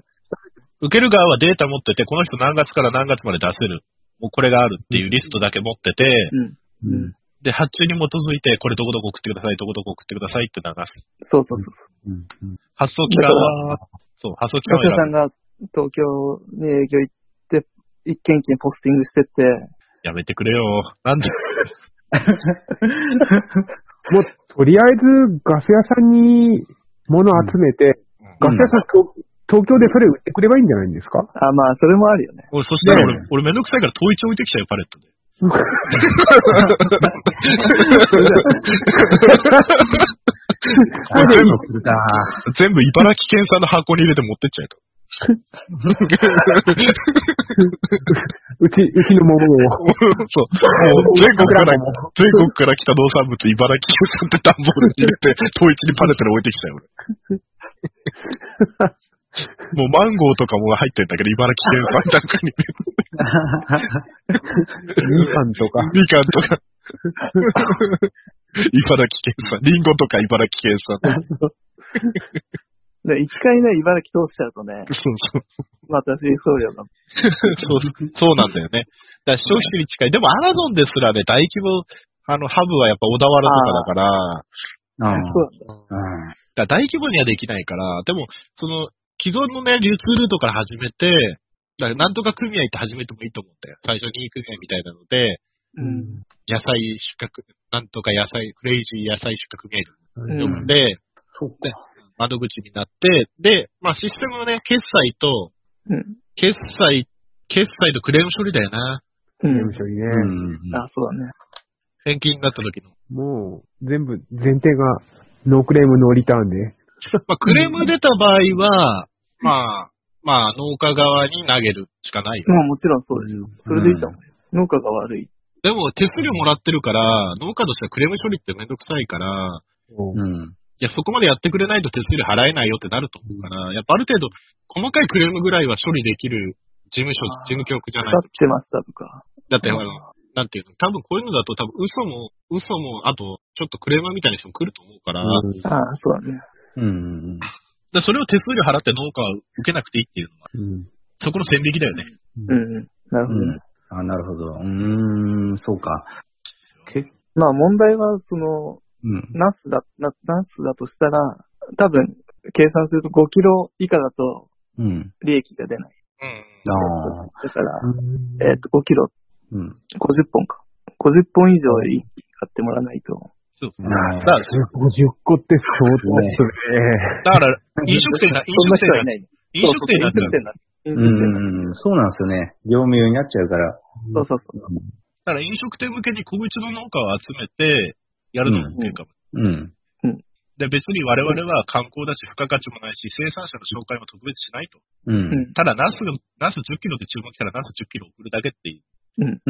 受ける側はデータ持ってて、この人何月から何月まで出せる。もうこれがあるっていうリストだけ持ってて、うん。うん。で、発注に基づいて、これどこどこ送ってください、どこどこ送ってくださいって流す。そうそうそうそう。うん。発送期間は、そう、発送期間学者さはんが東京に営業行って、一軒一軒ポスティングしてって、やめてくれよ。なんもで、う、とりあえず、ガス屋さんに物集めて、ガス屋さん、東東京でそれ売ってくればいいんじゃないんですかあ、まあ、それもあるよね。俺、そしたら俺、俺めんどくさいから統一置いてきちゃうよ、パレットで。あ、全部来るか。全部茨城県産の箱に入れて持ってっちゃえと。 <laughs> うち、うちの桃を。そう。もう全国から、全国から来た農産物、茨城県産って段ボールに入れて、統一にパレットで置いてきちゃうよ、 <laughs> 俺。もうマンゴーとかも入ってんだけど、茨城県産なんかに、みかんとか。みかんとか。茨城県産、リンゴとか茨城県産。でで一回ね、茨城通しちゃうとね、そうまた私送料が。そう、そうなんだよね。だから消費者に近い。でもアマゾンですらね、大規模、あの、ハブはやっぱ小田原とかだから、うん。そうなんだ。うん。だから大規模にはできないから、でも、その、既存のね、流通ルートから始めて、だからなんとか組合って始めてもいいと思うんだよ。最初にいい組合みたいなので、うん。野菜出荷、なんとか野菜、クレイジー野菜出荷組合うん。で、そうか。窓口になって、で、まあシステムはね、決済と、うん決済、決済とクレーム処理だよな。う事務ん。所にね。うん。あ、そうだね。返金になった時の。もう、全部、前提が、ノークレーム、ノーリターンで。まあ、クレーム出た場合は、まあ、まあ、農家側に投げるしかないよ。まあもちろんそうでしょ。それでいいと思うよ。農家が悪い。でも、手数料もらってるから、農家としてはクレーム処理ってめんどくさいから、うん。いや、そこまでやってくれないと手数料払えないよってなると思うから、やっぱある程度、細かいクレームぐらいは処理できる事務所あー、事務局じゃ使っないと。てましたとか。だって、あの、なんていうの、多分こういうのだと多分嘘も、嘘も、あと、ちょっとクレーマーみたいな人も来ると思うから、うんああ、そうだね。うん。でそれを手数料払って農家は受けなくていいっていうのは、うんそこの線引きだよね。うん。なるほどね。うん。あ、なるほど。うーん、そうか。結まあ問題は、その、うん。ナスだ、ナナスだとしたら、多分、計算すると5キロ以下だとうん。利益が出ない。うん。ああ。だから、うんえっ、と、5キロ、うん。 50本か。50本以上一気に買ってもらわないと。そうですね。なだるから50個って相当ですだから、飲食店だ、飲そんな食店人はいだ、ないね。飲食店だっそうそうたら、飲食店だ。飲食店だ。うん。そうなんですよね。業務用になっちゃうから。そうそうそう。だから飲食店向けに小口の農家を集めて、やると思ってるかも。うん。で、別に我々は観光だし、付加価値もないし、生産者の紹介も特別しないと。うん。ただ、ナス、ナス10キロで注文来たらナス10キロ送るだけっていう。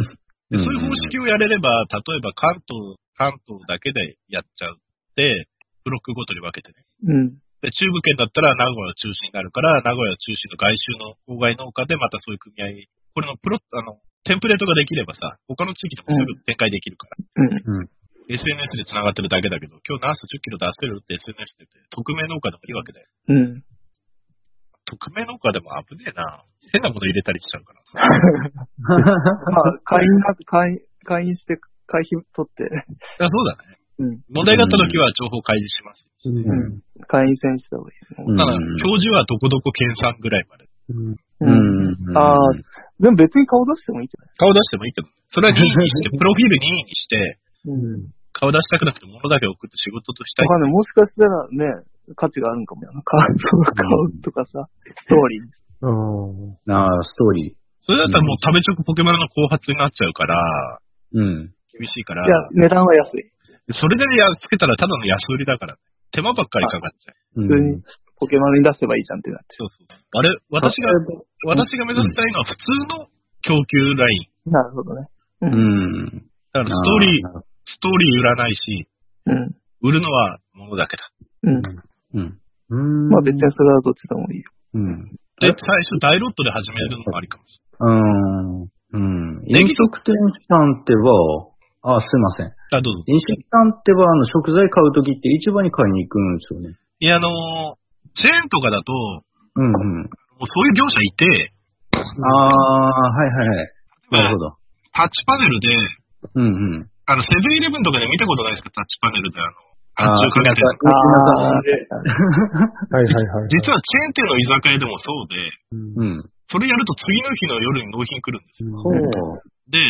でそういう方式をやれれば、例えば関東、関東だけでやっちゃうって、ブロックごとに分けてね。うん。で、中部圏だったら名古屋中心になるから、名古屋中心の外周の郊外農家でまたそういう組合、これのプロ、あの、テンプレートができればさ、他の地域でもすぐ展開できるから。うん。 SNS で繋がってるだけだけど、今日ナース10キロ出せるって SNS で言って、匿名農家でもいいわけだよ。うん。匿名農家でも危ねえな。変なもの入れたりしちゃう <laughs> から。まあ、会員だ、会員、会員して、会費取って、あそうだね。うん。問題があった時は情報開示します。ね。うん。会員制にした方がいいですね。ただ、教授はどこどこ県産ぐらいまで。うんうん。ああ、でも別に顔出してもいいじ顔出してもいいけど、それは任意に <laughs> して、プロフィール任意にして、ゃないうん。顔出したくなくて物だけ送って仕事としたいわ。かんない。もしかしたらね、価値があるんかもよな。顔とかさ、ストーリー。あーああ、ストーリー。それだったらもう食べチョクポケマルの後発になっちゃうから、うん。厳しいからじ、ゃあ、値段は安い。それでやっつけたらただの安売りだから、手間ばっかりかかっちゃう。う普通にん。ポケモンに出せばいいじゃんってなっちそゃうそう。あれ、私が、私が目指したいのは普通の供給ライン。う。なるほどね。うん。だからストーリー、ストーリー売らないし、うん。売るのは物だけだ。うん。うん。うん。まあ別にそれはどっちでもいいよ。うん。で、最初大ロットで始めるのもありかもしうん。うん。飲食店さんってば、あ、すいません。れない。あ、どうぞ。飲食店さんってば、あの、食材買うときって市場に買いに行くんですよね。いや、あのーチェーンとかだと、うんうん。もうそういう業者いて、ああ、はいはいはい。なるほど。タッチパネルで、うんうん。あの、セブンイレブンとかで見たことないですか、タッチパネルで、あの、あ発注かけてる。ああはれ。いはいはい。実はチェーン店の居酒屋でもそうで、うん、うん。それやると次の日の夜に納品来るんですよ。ほう。で、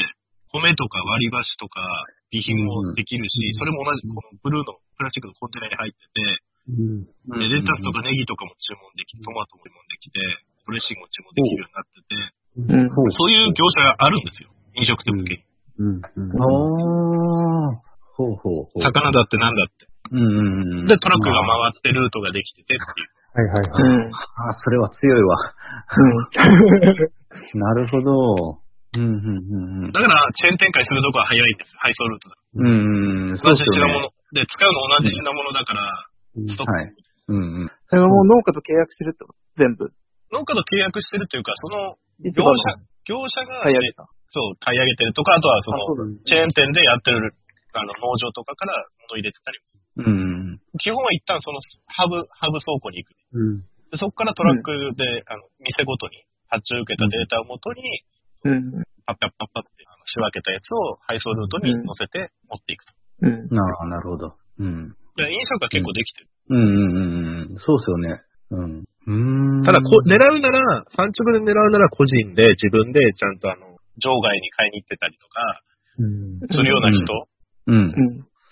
米とか割り箸とか、備品もできるし、それも同じ、このブルーのプラスチックのコンテナに入ってて、うん。でレタスとかネギとかも注文でき、トマトも注文できて、ドレッシングも注文できるようになってて、うん。ほう。そういう業者があるんですよ。飲食店向けに。うん。おー。ほうほうほう。魚だってなんだって。うんうんうん。で、トラックが回ってルートができててっていう。はいはいうん。はい。うん。ああ、それは強いわ。なるほど。うんうんうんだから、チェーン展開するとこは早いんです。配送ルートだ。うん。うんうん。そ同うでじす品よね。物。で、使うの同じ品物だから、ストック。はい。うんうん。それはもう農家と契約してるってこと全部。農家と契約してるっていうか、その、一業番者、の業者が、買い上げた。あ、そう、買い上げてるとか、あとはそそうの、だね。チェーン店でやってる、あの、農場とかから物入れてたりもする。うんうんうん。基本は一旦そのハブ、ハブ倉庫に行く。うん。でそこからトラックで、あの、店ごとに発注受けたデータをもとに、うん。パッパッパッパってあの仕分けたやつを配送ルートに乗せて持っていくと。うん。なあ、なるほど。うん。で飲食が結構できてる。うんうんうんうん。そうっすよね。うん。うーん。ただこ、狙うなら、産直で狙うなら個人で自分でちゃんとあの、場外に買いに行ってたりとか、うん。するような人、うん。うん。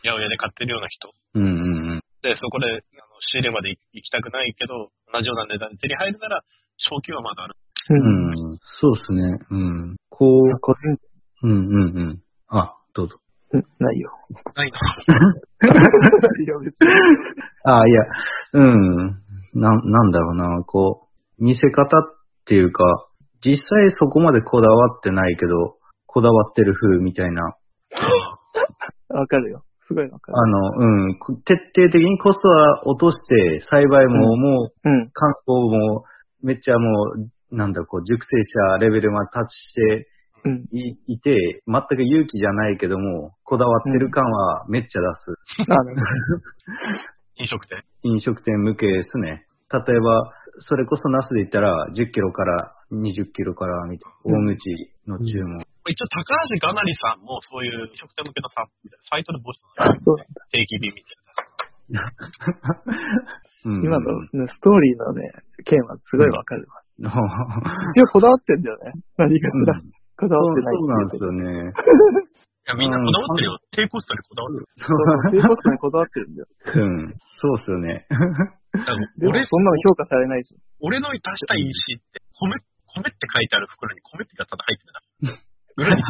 八百屋で買ってるような人。うんうんうん。で、そこであの仕入れまで行きたくないけど、同じような値段で手に入るなら、正気はまだある。うん。うん。そうっすね。うん。こう、個人、うんうんうん。あ、どうぞ。うんないよ。ないの。 <laughs> いや、別に。あ、いや、うん。な、なんだろうな、こう、見せ方っていうか、実際そこまでこだわってないけど、こだわってる風みたいな。わかるよ。すごいわかあの、うん。こ徹底的にコストは落として、栽培ももう、る。うん。観光も、めっちゃもう、なんだ、こう、熟成者レベルまでタッチしてうん。いいて、全く勇気じゃないけども、こだわってる感はめっちゃ出す。あの、飲食店。飲食店向けですね。例えば、それこそナスで言ったら、10キロから20キロからみたいな、大口の注文。一応、高橋がなりさんも、そういう飲食店向けのササイトで募集してるそうなんだ定期便みたいな。うん今の、ね、ストーリーのね、件はすごいわかるわ。の一応こだわってんだよね。何かしら。うんこだそわっうてないそうなんですよいや、みんね。なこだわってるよ。低コストにこだわってる。そういうことにこだわってるんだよ。うん、そうっす <laughs> よね。でも俺、そんなの評価されないし。俺の出したい石って、米、米って書いてある袋に米ってがただ入ってた。裏に、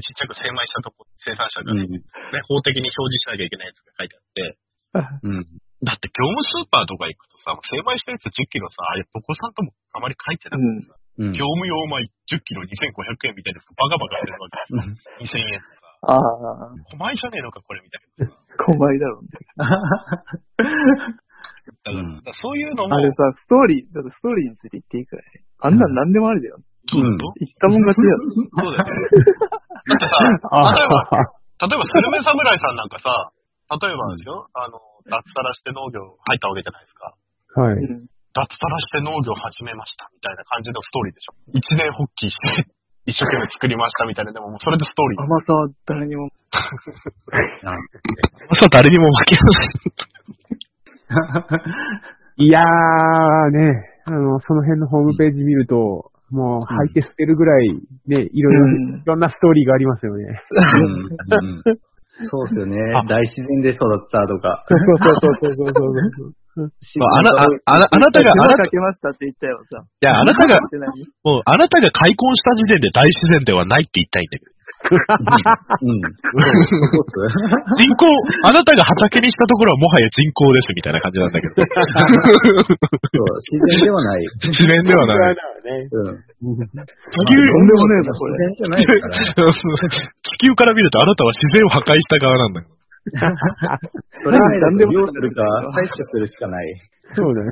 裏にちっちゃく精米したとこ、生産者が、うねん、法的に表示しなきゃいけないやつが書いてあって、うん、だって業務スーパーとか行くとさ、精米したやつ10キロさ、あれ、どこさんともあまり書いてなくてさ、うん。業務用米10キロ2500円みたいなやつバカバカしてるわけですよ。2000円とかああ、さ、米じゃねえのか、これみたいな。小前だろうね。だから、うんだからそういうのもあ、れさ、ストーリー、ちょっとストーリーについて言っていいくらい。あんなん何でもありだよ。そううんそう言ったもん勝ちだよ。だよね。 <laughs> だってさ、例えば、例えば、スルメ侍さんなんかさ、例えばですよ、あの、脱サラして農業入ったわけじゃないですか。はい。う <laughs> ん。脱サラして農業始めました、みたいな感じのストーリーでしょ。一年発起して、一生懸命作りました、みたいな。でも、もうそれでストーリー。甘さは誰にも。そう誰にも負けない。いやーね、あの、その辺のホームページ見ると、もう、履いて捨てるぐらい、ね、いろいろ、うんいろんなストーリーがありますよね。うんうんそうっすよね。大自然で育ったとか。そう <laughs> そうそうそうそうそうまあ、あな、ああなあなたが、あな手 <laughs> 間た、かいけましたって言ったよ、さ。や、あなたが、って <laughs> 何もう、あなたが開墾した時点で大自然ではないって言いたいんだけ <laughs> ど。うん。そうっす人工、あなたが畑にしたところはもはや人工ですみたいな感じなんだけど。そう自然ではない。自然では <laughs> ない。うん。そう。地球、とんでもねえな、こ自れ。然じゃないから。地球 <laughs> から見るとあなたは自然を破壊した側なんだけど。それはなんでもどうするか、対処するしかない。そうだね。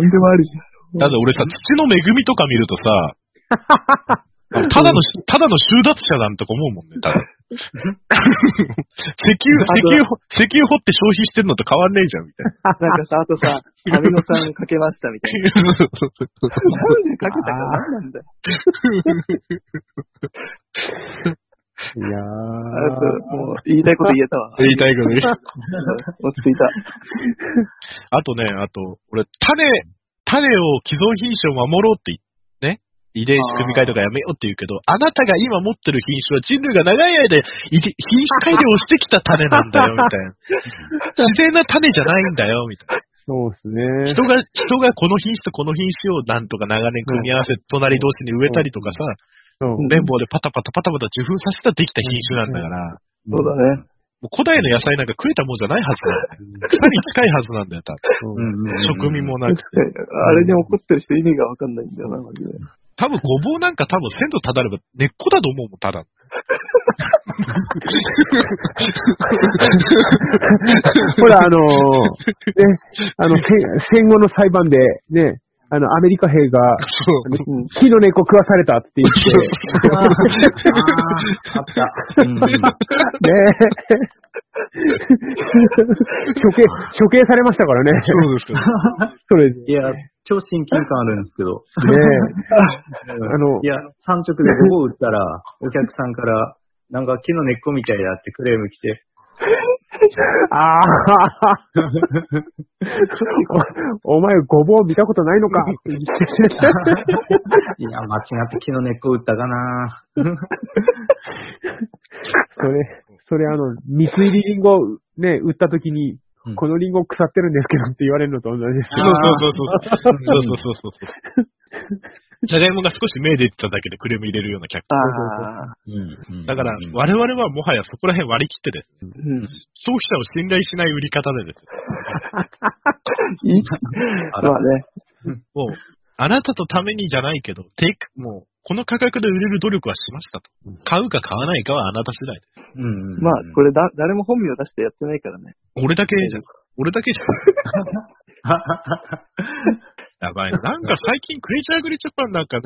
何でもありじただ俺さ、土の恵みとか見ると <laughs> さ、ただの、ただの収奪者なんとか思うもんね、 <laughs> ただ。石油、石油、石油掘って消費してんのと変わんねえじゃん、み <laughs> たいな。ゃん。なんかさ、あと <laughs> さ、アミノ酸かけましたみたいな。なんでかけたか何なんだよ。いやー。あそうもう言いたいこと言えた <laughs> わ。言いたいけど、落ち着いた。あとね、あと、俺、種、種を寄贈品種を守ろうって言ね。遺伝子組み換えとかやめようって言うけど、あなたが今持ってる品種は人類が長い間、遺伝品種改良をしてきた種なんだよ、みたい <laughs> な。自然な種じゃないんだよ、みたいそうですね。な。人が、人がこの品種とこの品種をなんとか長年組み合わせ、隣同士に植えたりとかさ、そう綿棒でパタパタパタパタ受粉させたできた品種なんだから、そうだね。もう古代の野菜なんか食えたもんじゃないはずなんだよ。草に近いはずなんだよ、多そう分。食味もなく確かに。あれに怒ってる人意味がわかんないんだよな、マジで。多分ごぼうなんか多分鮮度ただれば根っこだと思うもん、ただ。ほら、あのーね、あの、戦戦後の裁判で、ね、あの、アメリカ兵が、うん。木の猫食わされたって言って、あああった。うんうんねえ。処刑、処刑されましたからね。そうですけど。 <laughs> それで。ねいや、超親近感あるんですけど。え。あのい、や、産直で午後売ったら、お客さんから、なんか木の根っこみたいだってクレーム来 <laughs> て、ああおお前、ごぼう見たことないのか。いや、間違って木の根っこ売ったかなそれ、それあの、蜜入りリンゴ、ね、売った時にう、んこのリンゴ腐ってるんですけどって言われるのと同じです。そうそうそうそう。そうそうそうそう。じゃがいもが少し目出てただけでクレーム入れるような客。ああ。うんだから、我々はもはやそこら辺割り切ってです。うん。消費者を信頼しない売り方でです。いいあまらあね。もう、あなたのためにじゃないけど、テイク、もう、この価格で売れる努力はしましたと。買うか買わないかはあなた次第でうんまあ、これだ、誰も本名出してやってないからね。す。俺だけじゃん。俺だけじゃん。やばいな。なんか最近クレイジャーグリージャパンなんかね、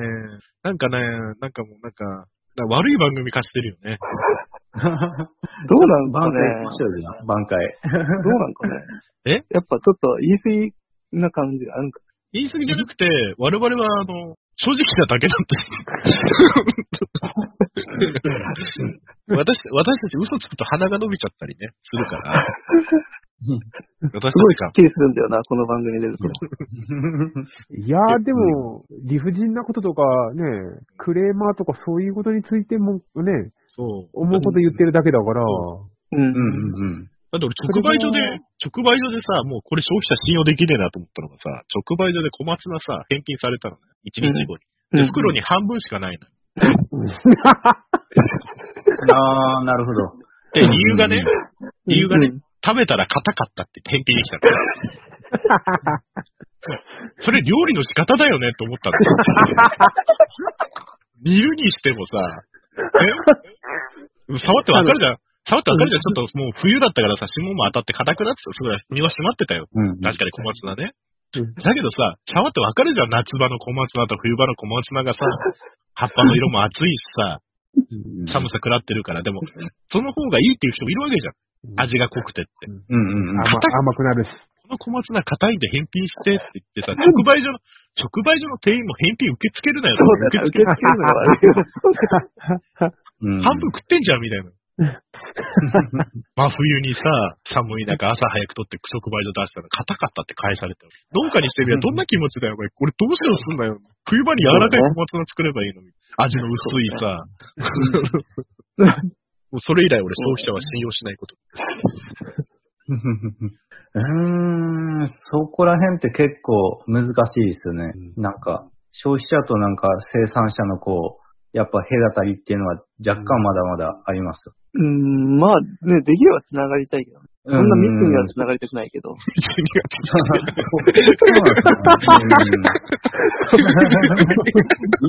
なんかね、なんかもうなんか、なんか悪い番組化してるよね。 <laughs> どうなん挽回しでますしょうじゃん、挽 <laughs> 回。かね。どうなんかね。えやっぱちょっと言い過ぎな感じがあるんか。言い過ぎじゃなくて、我々は、あの、正直なだけなんだ私、私たち嘘つくと鼻が伸びちゃったりね、するから。私たすごいちスがッ、キリするんだよな、この番組出ると。いやー、でも、理不尽なこととか、ね、クレーマーとかそういうことについても、ね、そう。思うこと言ってるだけだから、う。うんんうんだって俺、直売所で、直売所でさ、もうこれ消費者信用できねえなと思ったのがさ、直売所で小松菜さ、返金されたのね。1日後に。うんで、袋に半分しかないの。うん。ああ、なるほど。で、理由がね、理由がねうん、食べたら硬かったって返品でき <laughs> たから。それ料理の仕方だよねって思ったんだよ。煮るにしてもさ、え触ってわかるじゃん。触ってわかるじゃん。ちょっともう冬だったからさ、霜も当たって硬くなってた。それは身は締まってたよ。うんうん。確かに小松菜ねうん。だけどさ、触ってわかるじゃん。夏場の小松菜と冬場の小松菜が <laughs> さ、葉っぱの色も暑いしさ、寒さ食らってるから。でも、その方がいいっていう人もいるわけじゃん。味が濃くてって。うんうんうん。甘甘くなるし。この小松菜硬いんで返品してって言ってさ、直売所の、直売所の店員も返品受け付けるなよ。そう受だよけな、付け受け付けるのが悪いよ。うん半分食ってんじゃん、みたい <laughs> な。真冬にさ、寒い中朝早く取って直売所出したら硬かったって返されたよ農家にしてみりゃどんな気持ちだよ、これ。これどうしようすんだよ。冬場に柔らかい小松菜作ればいいのに。味の薄いさ。 <laughs> もうそれ以来俺消費者は信用しないこと。うーん、そこら辺って結構難しいですよね。なんか、消費者となんか生産者のこう、やっぱ隔たりっていうのは若干まだまだあります。うん、まあね、できれば繋がりたいけどね。そんな密には繋がりたくないけど。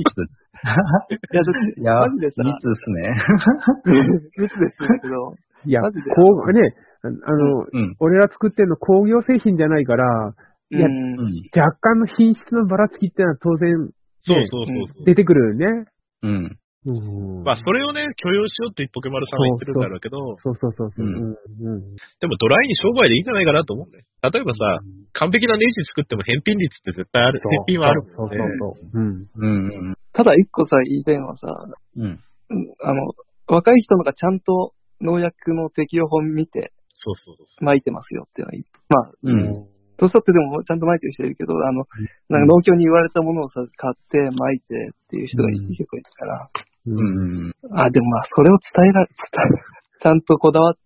いや、だっていや、マジでさ密ですね。密ですけ <laughs> ど。いや、こマジでう、ね、ああの、うん。俺ら作ってるの工業製品じゃないから、いやうんうん若干の品質のばらつきってのは当然そうそうそうそう。出てくるよね。うん。うんまあ、それをね、許容しようってポケマルさんは言ってるんだろうけど、そうそうそうそう。ううんんうんでもドライに商売でいいんじゃないかなと思うね。例えばさ、完璧なネジ作っても返品率って絶対ある。返品はあるそもうんそねう。そうそう。うん。うん。ただ一個さ、言いたいのはさ、うん。うんあの、若い人のがちゃんと農薬の適用法見てそうそうそうそう。撒いてますよっていうのはいい。まあ、うん。年取ってでもちゃんと撒いてる人いるけど、あの、なんか農協に言われたものをさ、買って撒いてっていう人がうん結構いるから。うん。あ、でもまあ、それを伝えら、伝え、ちゃんとこだわって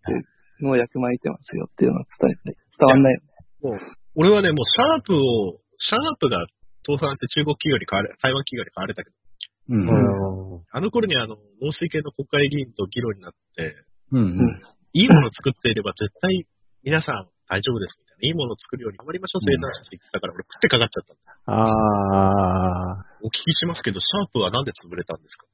農薬撒いてますよっていうのは伝えて、伝わんないよね。俺はね、もうシャープを、シャープが倒産して中国企業に変われ、台湾企業に変われたけど、うん。あの頃にあの、農水系の国会議員と議論になって、うん。いいものを作っていれば絶対皆さん大丈夫ですみたいな。いいものを作るように頑張りましょう、生産者って言ってたから、俺食ってかかっちゃったんだああ。お聞きしますけど、シャープはなんで潰れたんです <laughs> か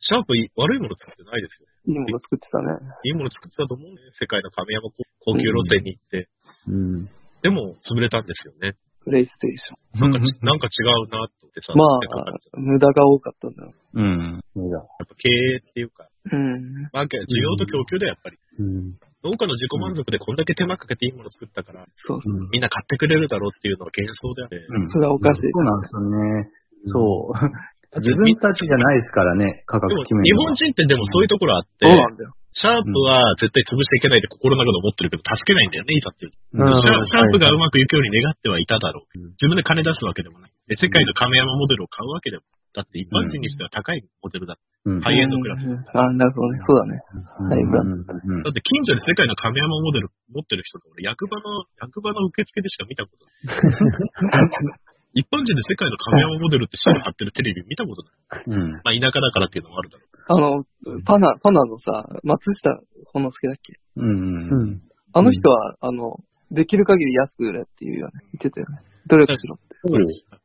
シャープい悪いもの作ってないですよ。いいもの作ってたね。いいもの作ってたと思うね。世界の亀山高級路線に行って。うん。でも、潰れたんですよね。プレイステーシなんかなんか違うなって思ってさ、ョン。まやっぱあ、無駄が多かったんだろうん。そうだやっぱ経営っていうか、う。うん。まあ、需要と供給だよ、やっぱり。うん。農家の自己満足でこんだけ手間かけていいもの作ったから、そうそう。みんな買ってくれるだろうっていうのは幻想だよね。うんそれはおかしい。そうなんですよね。そう。自分たちじゃないですからね、価格でも、決める日の本は。人ってでもそういうところあってそう、なんだよ。シャープは絶対潰していけないって心の中で思ってるけど、助けないんだよね、いたって。シうんャシャープがうまくいくように願ってはいただろう。自分で金出すわけでもない。で、世界の亀山モデルを買うわけでもない。だって一般人にしては高いモデルだ。うん。ハイエンドクラス。うんあ、なるほどね。そうだね。うんハイブランうんだって近所に世界の亀山モデル持ってる人って俺、役場の、役場の受付でしか見たことない。一般人で世界の亀山モデルってシール貼ってるテレビ見たことない。うん。まあ田舎だからっていうのもあるだろうけど。あの、パナ、パナのさ、松下ほのすけだっけうん。ううん。ん。あの人は、あの、できる限り安く売れっていうよね。言ってたよね。努力しろって。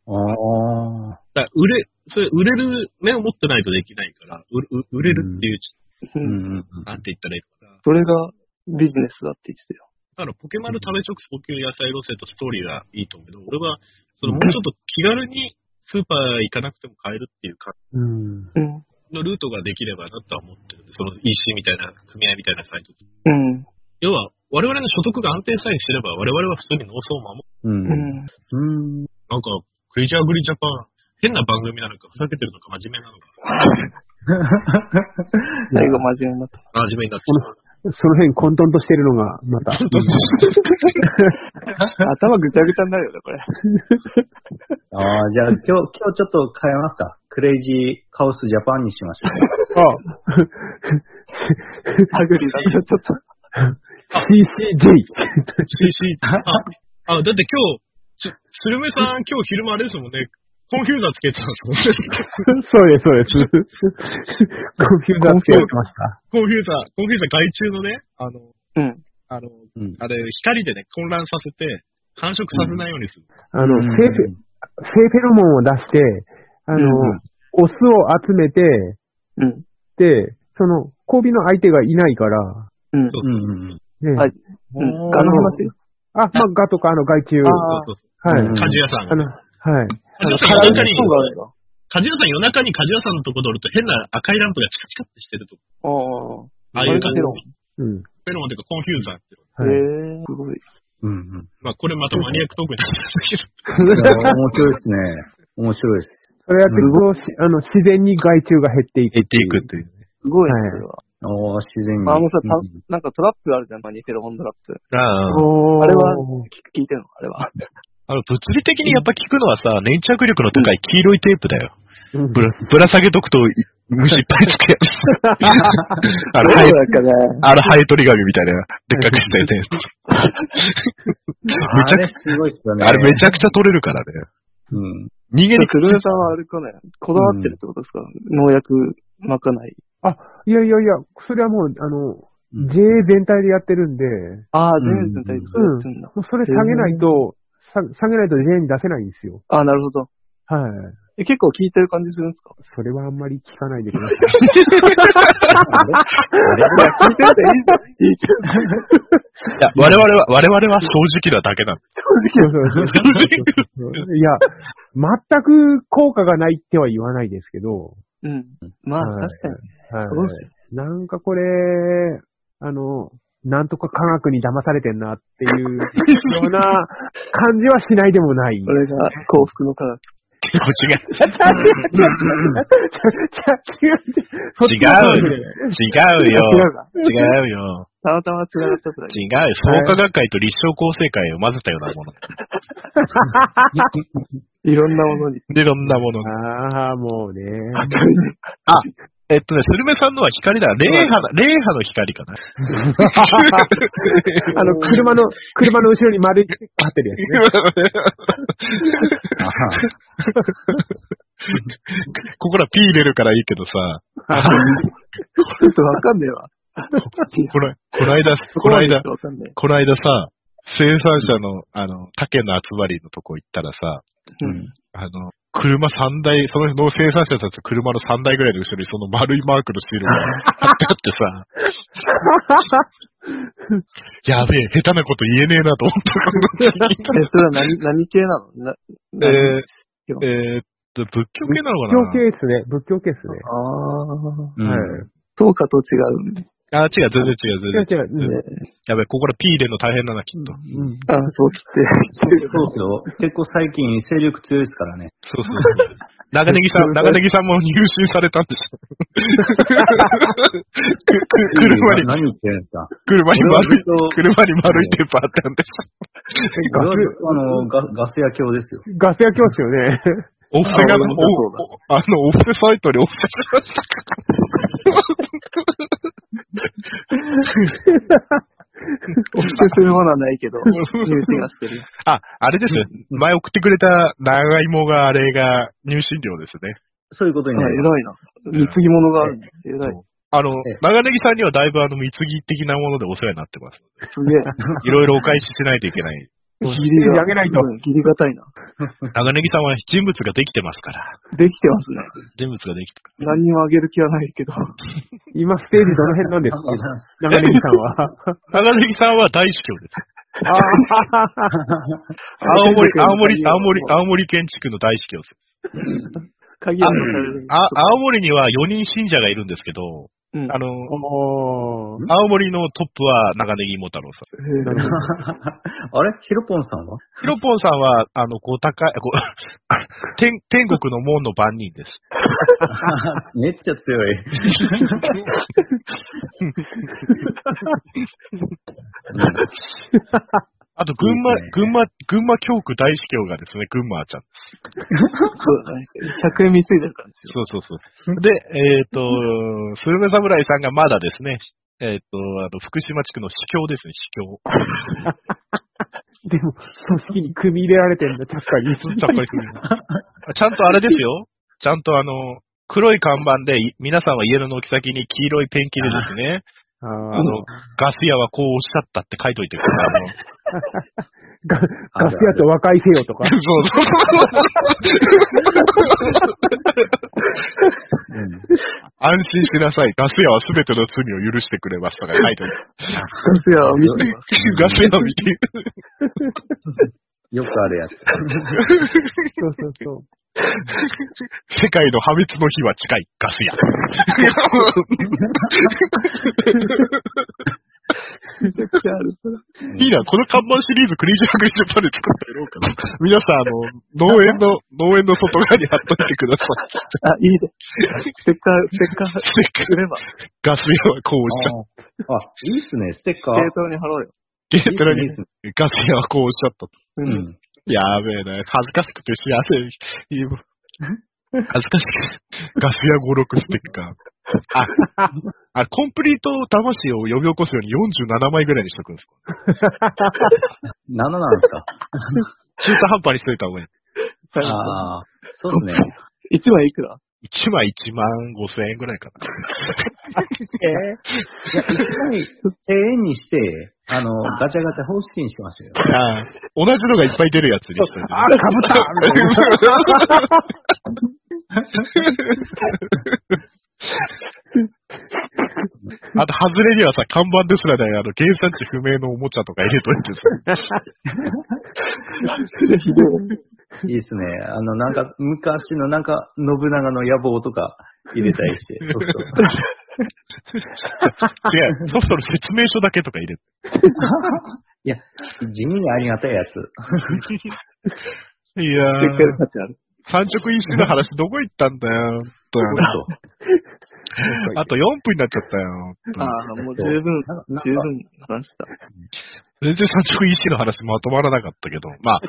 ああ。だから売れ、それ売れる目を持ってないとできないから、売売売れるっていうち、ううんん。なんて言ったらいいのかな。それがビジネスだって言ってたよ。だからポケマル食べ直補給野菜路線とストーリーがいいと思うけど、俺は、そのもうちょっと気軽にスーパー行かなくても買えるっていうか、うん。うん。のルートができればなとは思ってるんで、その EC みたいな、組合みたいなサイト。うん。要は、我々の所得が安定さえしてれば、我々は普通に農村を守る。う。うんん。うん。なんか、クレイジャーグリジャパン、変な番組なのか、ふざけてるのか、真面目なのか、最後真面目に <laughs> なった。真面目になってしまう。その辺混沌としてるのが、また。頭ぐちゃぐちゃになるよね、 <laughs> これ。ああ、じゃあ今日、 <laughs> 今日ちょっと変えますか。クレイジーカオスジャパンにしましょう。あ、ハグリだからちょっと。 CCJ。 CC あ、あ、だって今日、ちスルメさん、今日昼間あれですもんね、コンフューザーつけてたんですもんね。そうです、そうです。コンピューターつけてました。コンフューザー、コンフューザー外注のね、あの、うん。あの、うんあれ、光でね、混乱させて、繁殖させないようにする。あの、うん性フェ、性フェロモンを出して、あの、うんオスを集めて、うん。で、その、交尾の相手がいないから、うん。うん。ね。はいうんうん。ガの話よ。あ、まあ、ガとか、あの、害虫。あーそうそうそう。はい。うん鍛冶屋さんあ。の、はい。鍛冶屋さん体夜中にに、本があるよ。鍛冶屋さん夜中に鍛冶屋さんのとこでおると変な赤いランプがチカチカってしてるとこ。ああ。ああいう感じあれがうん。フェロモンというかコンフューザーっていはいうの。へえ、すごい。うん。うん。まあ、これまたマニアックトークになっちゃうんだけど。面白いですね。面白いです。それやってると、しあの、自然に害虫が減っていく。減っていくという。すごいねはい、それは。おー、自然に。あのさ、たうんなんかトラップあるじゃん、マニフェロモントラップ。あおーあれは聞く聞いてんのあれは。あの、物理的にやっぱ効くのはさ、粘着力の高い黄色いテープだよ。うんぶら、ぶら下げとくと、虫いっぱいつけあの、 <laughs> どうハエ、だか <laughs> ね。あのハエ取り紙みたいな、でっかくしたいね。あれすごいっすよね。あれめちゃくちゃ取れるからね。うん。人間にクルーさんはあれかね、こだわってるってことですか、農薬まかない。いやいやいや、それはもう、あの、うん JA 全体でやってるんで、ああ、う全ん全体でそうやってんだ。もうそれ下げないと、さ下げないと JA に出せないんですよ。ああ、なるほど。はい。え、結構効いてる感じするんで <laughs> すかそれはあんまり聞かないでください。効いてるっていいじゃん。効いてる。いや、我々は、我々は正直なだけなん <laughs> でそうそうそう <laughs> いや、全く効果がないっては言わないですけど、うん。まあ、はい確かに。はいそうですよなんかこれ、あの、なんとか科学に騙されてんなっていうような感じはしないでもない。これが幸福の科 <laughs> 学。結構違う。違う。そっちの違方で <laughs> うよ。違うか違うよ。たまたま繋がっちゃっただけ。違う。創価学会と立正構成会を混ぜたようなもの。いろんなものに。 <laughs> <laughs> いろんなものが。ああ、もうね。えっとね、スルメさんのは光だ。霊波の、霊波の光 <laughs> かな。あの、車の、車の後ろに丸いって立ってるやつね。あはここら P 入れるからいいけどさ、ちょっとわかんねえわ。こら、こないだ、そこまなでいだ、わかんねえ。こないださ、生産者の、あの、竹の集まりのとこ行ったらさ、うん。あの、車3台、その人の生産者たちの車の3台ぐらいの後ろにその丸いマークのシールが貼ってあってさ、 <laughs> やべえ、下手なこと言えねえなと思ったえ、それは何、何系なのな、え何ー、えーっと、仏教系なのかな仏教系ですね。仏教系ですね。ああ、うんはい。そうかと違うんで。あ、違う、全然違う、全違う然違う。うんやべえ、ここから P 入れるの大変だな、きっと。うんああ、そう切って。そうですよ。結構最近勢力強いですからね。そうそうそう。長ネギ <laughs> さん、長ネギさんも入信されたんでしょ。 <laughs> 車に、何言ってるんですか車に俺は丸ずい車に丸いテーっ、と、プあったんでし俺はずっとあの、ガガス屋教ですよ。ガス焼きますよね。 <laughs> ょ。オフセが、あ俺もそうだおおあの、オフセサイトにオフセしました。お布施するものはないけど、入手がしてる。あ、あれです。前送ってくれた長芋が、あれが入信料ですね。そういうことえになります。偉いな。貢ぎ物があるね。偉い。あのええ、長ネギさんにはだいぶあの、貢ぎ的なものでお世話になってます。すげえ。いろいろお返ししないといけない。ギリが、あげないとうんギリがたいな。長ネギさんは人物ができてますから。できてますね。人物ができて何にもあげる気はないけど。今、ステージどの辺なんです <laughs> か長ネギさんは。長ネギさんは大主教です。青青森、青森、青森、青森建築の大司教です。鍵を渡される。あ、青森には4人信者がいるんですけど、うんあの、 <laughs> おー。青森のトップは長ネギモ太郎さん。へえなるほどあれヒロポンさんは <laughs> ヒロポンさんは、あの、ご高い、ご <laughs> 天、天国の門の番人です。めっちゃ強い。あと、群馬いいですね、群馬、群馬教区大司教がですね、群馬ちゃん。そうだね。100円見ついてるからですよ。そうそうそう。で、えっ、と、スルメ侍さんがまだですね、えっ、と、あの、福島地区の司教ですね、司で教。も、組織に組み入れられてんだ、ちゃっかり。ちゃっかりする <laughs> ちゃんとあれですよ。ちゃんとあの、黒い看板で、い皆さんは家の軒先に黄色いペンキでです <laughs> ね、ああーの、ガス屋はこうおっしゃったって書いといてください。ガガス屋と和解せよとかあ。のそうそううん安心しなさい。ガス屋は全ての罪を許してくれますとか書いてある。そや、見てます。ガス屋を見て、よくあるやつ。そうそうそう。世界の破滅の日は近い。ガス屋。めちゃくちゃある。いいな、この看板シリーズクレイジーハグリジャパンで作ってやろうかな。皆さん、あの、農園の、農園の外側に貼っといてください。あ、いいね。ステッカー、ステッカー売れば、ガス屋はこうおっしゃった。あ、いいっすね、ステッカー。デートに貼ろうよ。ゲートラいいにっすねガス屋はこうおっしゃった。う。うんん。やべえな。恥ずかしくて幸せに言う。恥ずかしくて。ガス屋5、6ステッカー。あ、あ、コンプリート魂を呼び起こすように47枚ぐらいにしとくんですか7なんですか中途半端にしといた方がいい。ああ、そうですね。一枚いくら1枚1万5千円ぐらいかな。いや、一回、永遠にして、あの、ガチャガチャ方式にしましょうよ。あ同じのがいっぱい出るやつにしといて。あ、かぶったあと、外れにはさ、看板ですらない、あの、原産地不明のおもちゃとか入れといてさ。 <laughs> ぜひね。いいっすね。あの、なんか、昔のなんか、信長の野望とか入れたりして。そうそう違う、そろそろ説明書だけとか入れて。いや、地味にありがたいやつ。いやステーッカーで。価値ある。三直飲酒の話どこ行ったんだよ。本当にあと4分になっちゃったよ。ああ、もう十分、なんか十分話した。全然三直飲酒の話まとまらなかったけど、 <laughs> まあ、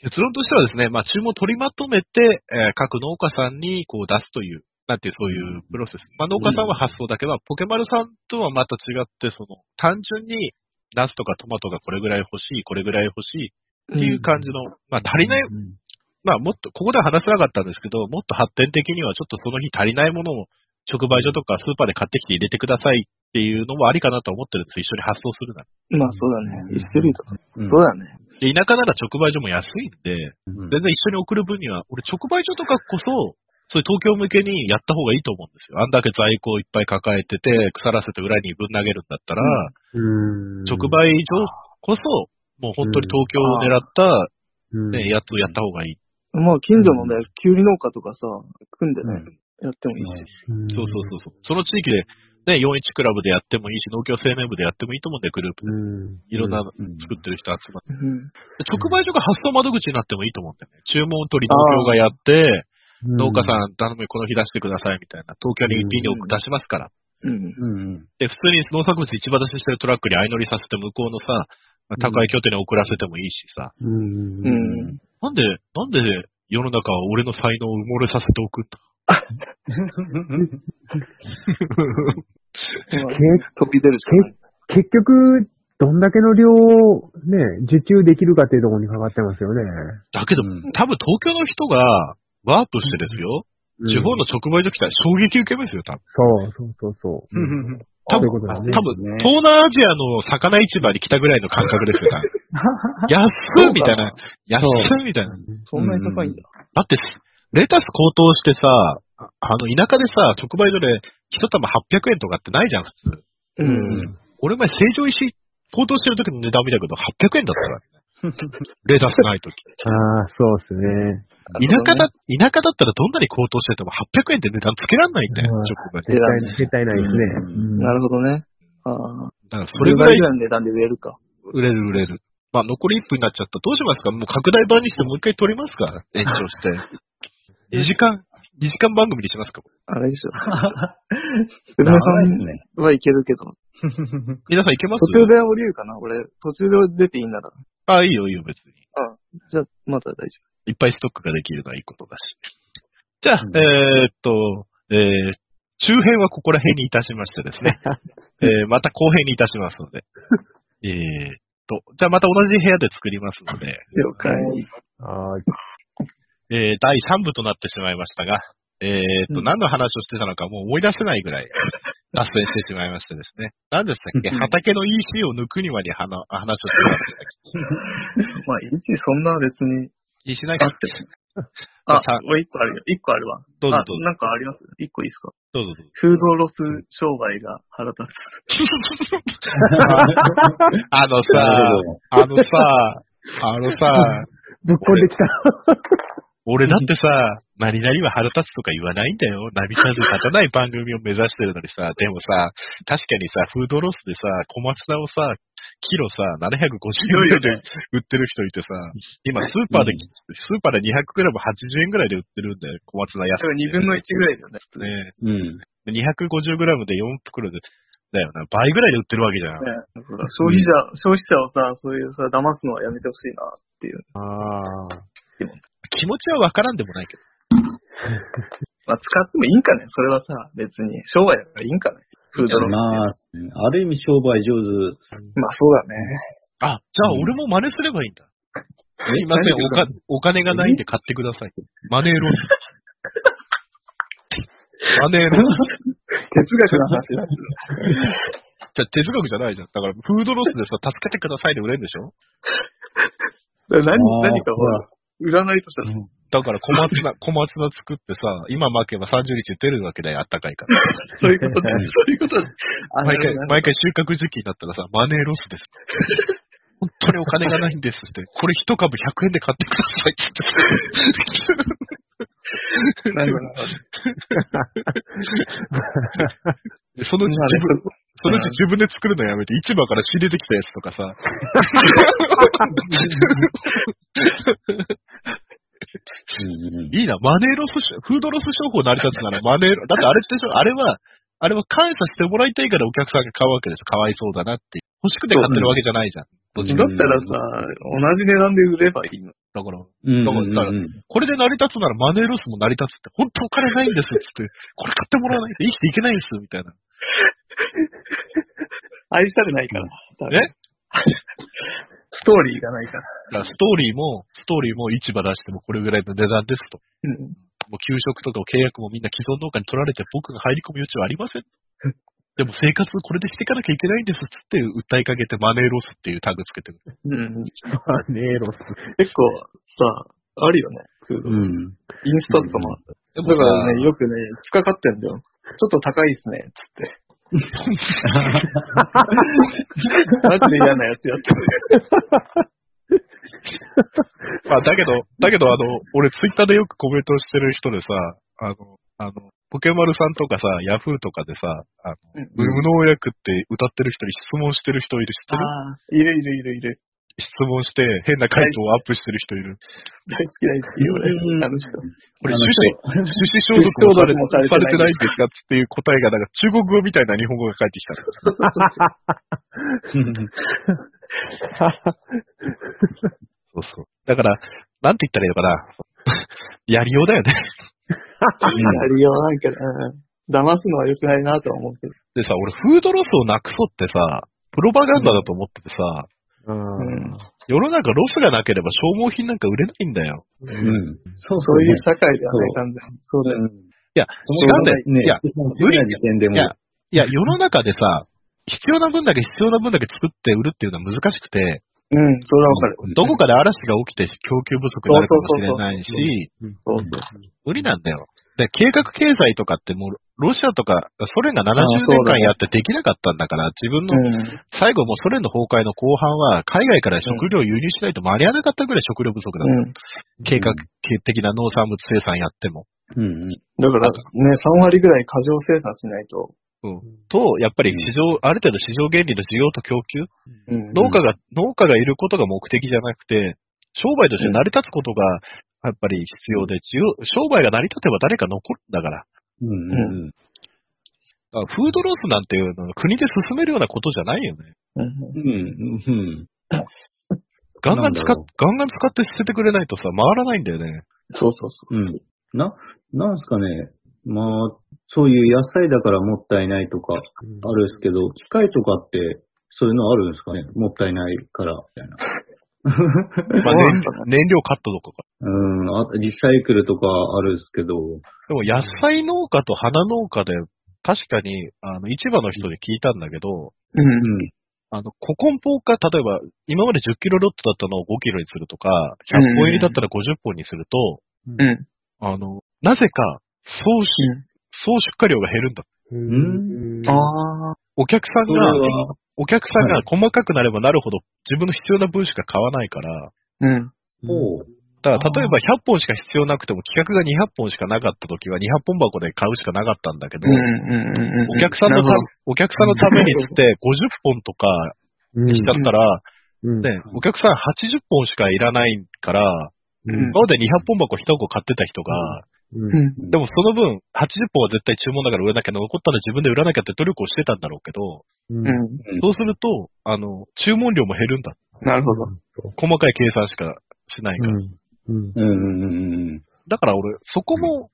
結論としてはですね、まあ注文取りまとめて、えー各農家さんにこう出すという、なんていうそういうプロセス。まあ農家さんは発想だけど、ポケマルさんとはまた違って、その単純にナスとかトマトがこれぐらい欲しい、これぐらい欲しいっていう感じの、まあ足りないうんまあもっと、ここでは話せなかったんですけど、もっと発展的にはちょっとその日足りないものを直売所とかスーパーで買ってきて入れてくださいっていうのもありかなとは思ってるんです。一緒に発送するなら。まあそうだね。一種類とか。うんそうだね。で、田舎なら直売所も安いんで、うん全然一緒に送る分には、俺直売所とかこそ、そういう東京向けにやった方がいいと思うんですよ。あんだけ在庫をいっぱい抱えてて、腐らせて裏にぶん投げるんだったら、 <laughs> うん。直売所こそ、もう本当に東京を狙った、うんね、やつをやった方がいい。まあ、近所のね、きゅうり農家とかさ、組んでうね、んやってもいいし。うんそうそうそうそう。その地域で、ね、41クラブでやってもいいし、農協青年部でやってもいいと思うんで、グループ。うん。いろんなうん作ってる人集まって。うん。直売所が発送窓口になってもいいと思うんだよね。注文取り農協がやって、うん、農家さん頼む、この日出してくださいみたいな。東京にピンで送出しますから。うん。うんうん。で、普通に農作物市場出ししてるトラックに相乗りさせて向こうのさ、宅配拠点に送らせてもいいしさ。うん。う。うんなんで、なんで世の中は俺の才能を埋もれさせておくんだんまあ飛び出るしかない。結局、どんだけの量をね、受注できるかっていうところにかかってますよね。だけど、うん多分東京の人がワープしてですよ、うん地方の直売所来たら衝撃受けますよ、多分。そう、そうそうそう。多そういうこと分、だね多分ね東南アジアの魚市場に来たぐらいの感覚ですよ、多分 <laughs> 安っみたいな。安っみたいな。そんなに高いんだ。だって、レタス高騰してさ、ああの、田舎でさ、直売所で一玉800円とかってないじゃん、普通。う。うんん。俺前、成城石井高騰してる時の値段見たけど、800円だったから。 <laughs> レタスない時。ああ、そうですね。田舎だ、田舎だったらどんなに高騰してても800円って値段つけらんないんだよ、うん直売所出絶対、絶対たないですね。うんなるほどね。ああ。だからそれぐら10い倍ぐらいの値段で売れるか。売れる売れる。まあ残り1分になっちゃった。どうしますかもう拡大版にしてもう一回撮りますか延長 <laughs> して。2時間、2時間番組にしますかあれで <laughs> しょ。うめ長いでさすね。んはいけるけど。皆さんいけます途中で降りるかな俺、途中で出ていいなら。あ、いいよいいよ別に。じゃあ、まだ大丈いっぱいストックができるのはいいことだし。じゃあ、うんえーっと、えー、中編はここら辺にいたしましてですね。 <laughs> えー、また後編にいたしますので。えーっと、じゃあまた同じ部屋で作りますので、夫。了解。あーえー、第3部となってしまいましたが、えー、っと、うん何の話をしてたのかもう思い出せないぐらい脱線してしまいましてですね。何でしたっけうん畑の EC を抜くにはに話話をしてたんでしたっまあ、いちそんな別に。けしないあかっってて。あ、さ俺一個あるよ。一個あるわ。どうぞあどうぞ。なんかあります一個いいですかどうぞどうぞ。フードロス商売が腹立つ。あのさなるほ、どあの <laughs> さ、あのさ、ぶっこんできた。俺だってさ、何々は腹立つとか言わないんだよ。涙で立たない番組を目指してるのにさ、でもさ、確かにさ、フードロスでさ、小松菜をさ、キロさ、750円で売ってる人いてさ、今スーパーで、うんスーパーで200グラム80円ぐらいで売ってるんだよ、小松菜安でも2分の1ぐらいだよね。くね。うん。 250グラムで4袋で、だよな、倍ぐらいで売ってるわけじゃん。ねほら消費者、消費者をさ、そういうさ、騙すのはやめてほしいなっていう。ああ。気持ちはわからんでもないけど。まあ、使ってもいいんかねそれはさ、別に。商売だからいいんかねフードロス。まあ、ある意味商売上手。まあ、そうだね。 <laughs> あ、じゃあ俺も真似すればいいんだ。すいません、おかお金がないんで買ってください。マ <laughs> ネーロス。マネーロス。哲学の話だ。じゃあ哲学じゃないじゃん。だから、フードロスでさ、助けてくださいで売れるんでしょ何、あー何かほら、占いとしてはだから小松 <laughs> 菜、小松菜作ってさ、今負けば30日出るわけだよ、あったかいから。そういうことで、そういうことで。あ毎回なるほど、毎回収穫時期になったらさ、マネーロスです。本当にお金がないんですって。これ一株100円で買ってくださいって言って。なるほどなるほどでそのうちまあ自分、ねそこそのうち自分で作るのやめて、市場から仕入れてきたやつとかさ。うんいいな、マネーロスし、フードロス商法成り立つならマネーロ、だってあれでしょ、あれは、あれは感謝してもらいたいからお客さんが買うわけでしょ、かわいそうだなって。欲しくて買ってるわけじゃないじゃん。どっちだかっ。たらさ、同じ値段で売ればいいの。だから、うん。だからだからこれで成り立つならマネーロスも成り立つって、本当お金ないんですっつって、これ買ってもらわないと生きていけないんですみたいな。愛されないから。え <laughs> ストーリーがないから。だからストーリーも、ストーリーも市場出してもこれぐらいの値段ですと。うん。もう給食とか契約もみんな既存農家に取られて僕が入り込む余地はありません。 <laughs> でも生活をこれでしていかなきゃいけないんですっつって訴えかけてマネーロスっていうタグつけてる。うん。マネーロス。結構さ、あるよね。フードうん。インスタとかもだからね、よくね、つかかってんだよ。ちょっと高いっすね、つ <laughs> って。マジで嫌なやつやってる。まあ、だけど、だけど、あの、俺ツイッターでよくコメントしてる人でさ、あの、あの、ポケマルさんとかさ、ヤフーとかでさ、あのうん無農薬って歌ってる人に質問してる人いる、知ってるああ、いるいるいるいる。質問して、変な回答をアップしてる人いる。大好き大好き、うん俺。あの人。これ、あ手の指、手指消毒もされ手指消毒もされててなないいんですかっていう答えが、なんか中国語みたいな日本語が返ってきた。そうそう。だから、なんて言ったらいいのかな。 <laughs> やりようだよね。 <laughs> あるよ、なんかな。騙すのは良くないなとは思うけど。でさ、俺、フードロスをなくそうってさ、プロパガンダだと思っててさ、うんうん。世の中ロスがなければ消耗品なんか売れないんだよ。うん。そうそういうね社会だよね、そ完全に。そうだよ。うんいや、違うんだよ。ね、いや、無理な時点でも。いやいや、世の中でさ、必要な分だけ必要な分だけ作って売るっていうのは難しくて、うん、それはわかる。どこかで嵐が起きて供給不足になるかもしれないし、そうそう。無理なんだよ。で、計画経済とかってもう、ロシアとか、ソ連が70ああそ年う間だねやってできなかったんだから、自分のうん。最後もうソ連の崩壊の後半は、海外から食料輸入しないと間に合わなかったぐらい食料不足だった。うん。計画的な農産物生産やっても。うん。うんだから、ね、3割ぐらい過剰生産しないと。と、やっぱり市場、ある程度市場原理の需要と供給、うん。農家が、農家がいることが目的じゃなくて、商売として成り立つことが、やっぱり必要で、需要商売が成り立てば誰か残るんだから。うんうんだからフードロスなんていうのは国で進めるようなことじゃないよね。うん。うん。うん。ガンガン使っなんだろ、ガンガン使って捨ててくれないとさ、回らないんだよね。そうそうそうん。な、なんすかね。まあ、そういう野菜だからもったいないとか、あるんですけど、機械とかって、そういうのあるんですかねもったいないから、みたいな。まあ、そう燃燃料カットとかか。うん、あリサイクルとかあるんですけど、でも野菜農家と花農家で、確かに、あの、市場の人で聞いたんだけど、う。うん。うん。あの、ココンポが、例えば、今まで10キロロットだったのを5キロにするとか、100本入りだったら50本にすると、うん。あの、なぜか、総出、総出荷量が減るんうだ。ん。ああ。あ。お客さんそれはが、、お客さんが細かくなればなるほど、自分の必要な分しか買わないから、うん。ほう。だから例えば100本しか必要なくても、企画が200本しかなかった時は200本箱で買うしかなかったんだけど、うん。うん。お客さんのた、お客さんのためにっつって50本とかうん。しちゃったら、うん。ね、お客さん80本しかいらないから、ううん。ん今まで200本箱1箱買ってた人が、うんうん。んでもその分80本は絶対注文だから売れなきゃ、残ったら自分で売らなきゃって努力をしてたんだろうけど、うんう。そうすると、あの、注文量も減るんだ。ん。なるほど。細かい計算しかしないから。うん。うんうんうんだから俺、そこも、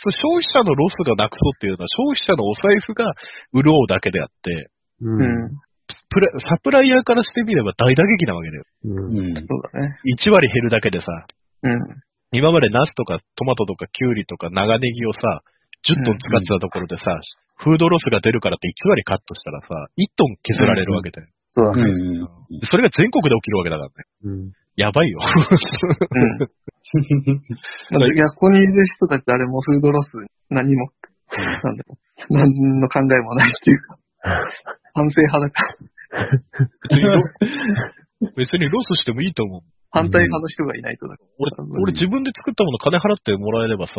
そう消費者のロスがなくそうっていうのは、消費者のお財布が潤うだけであって、う。うんん。プラサプライヤーからしてみれば大打撃なわけだよ。うん。うん。うん。そうだね。 1割減るだけでさ、 <laughs> うん。今までナスとかトマトとかキュウリとか長ネギをさ、10トン使ってたところでさ、フードロスが出るからって1割カットしたらさ、1トン削られるわけだよ。そうだうね。んうん。でそれが全国で起きるわけだからね。うん。や <laughs> ばいよ。うん。だってここにいる人たち誰もフードロス何も、なんだろう何の考えもないっていう <laughs> か、反省派だから、別にロ別にロスしてもいいと思う。反対派の人がいないとだ俺から。、俺自分で作ったもの金払ってもらえればさ、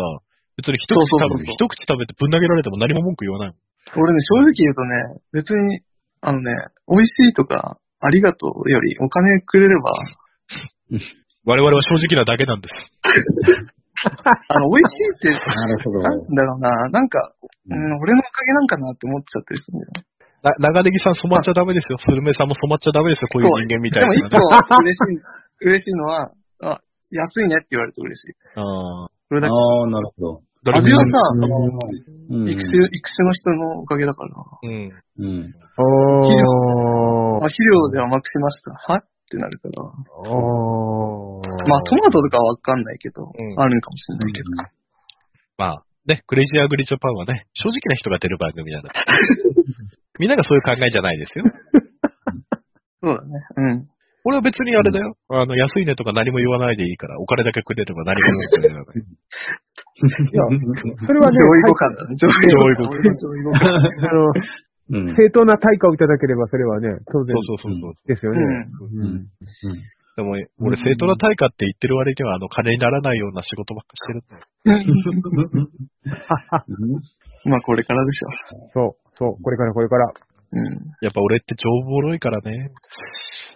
別に一口そう食そうそうべそう一口食べてぶん投げられても何も文句言わないもん。俺ね、正直言うとね、別に、あのね、美味しいとか、ありがとうよりお金くれれば、我々は正直なだけなんです。あの、美味しいって、なるほど。なんだろうな、なんか、うん、俺のおかげなんかなって思っちゃってるんだよ。な長ネギさん染まっちゃダメですよ。スルメさんも染まっちゃダメですよ。こういう人間みたいでなね。も一個嬉しい、嬉しいのは、あ、安いねって言われて嬉しい。あそれだけ。ああ、なるほど。ー味はさ、うんあのうん。育種、育種の人のおかげだから。うん。うん。おーあ、。肥料で甘くしました。はってなるから。おー。まあ、トマトとかはわかんないけど、うんあるんかもしれないけど。まあ、ね、クレイジーアグリジャパンはね、正直な人が出る番組なんだ。 <laughs> みんながそういう考えじゃないですよ。そうだね。うん。俺は別にあれだよ。あの、安いねとか何も言わないでいいから、お金だけくれれば何も言ってくれない。それはね、上位互換だね。上位互換。上位互換。はいあの、うん。正当な対価をいただければ、それはね、当然そうそうそうそう。ですよね。うんうんでも、俺、正当な対価って言ってる割には、あの、金にならないような仕事ばっかしてる。 <laughs> うん。まあこれからでしょ。そう、そう、これからこれから。うん。やっぱ俺って丈夫脆いからね。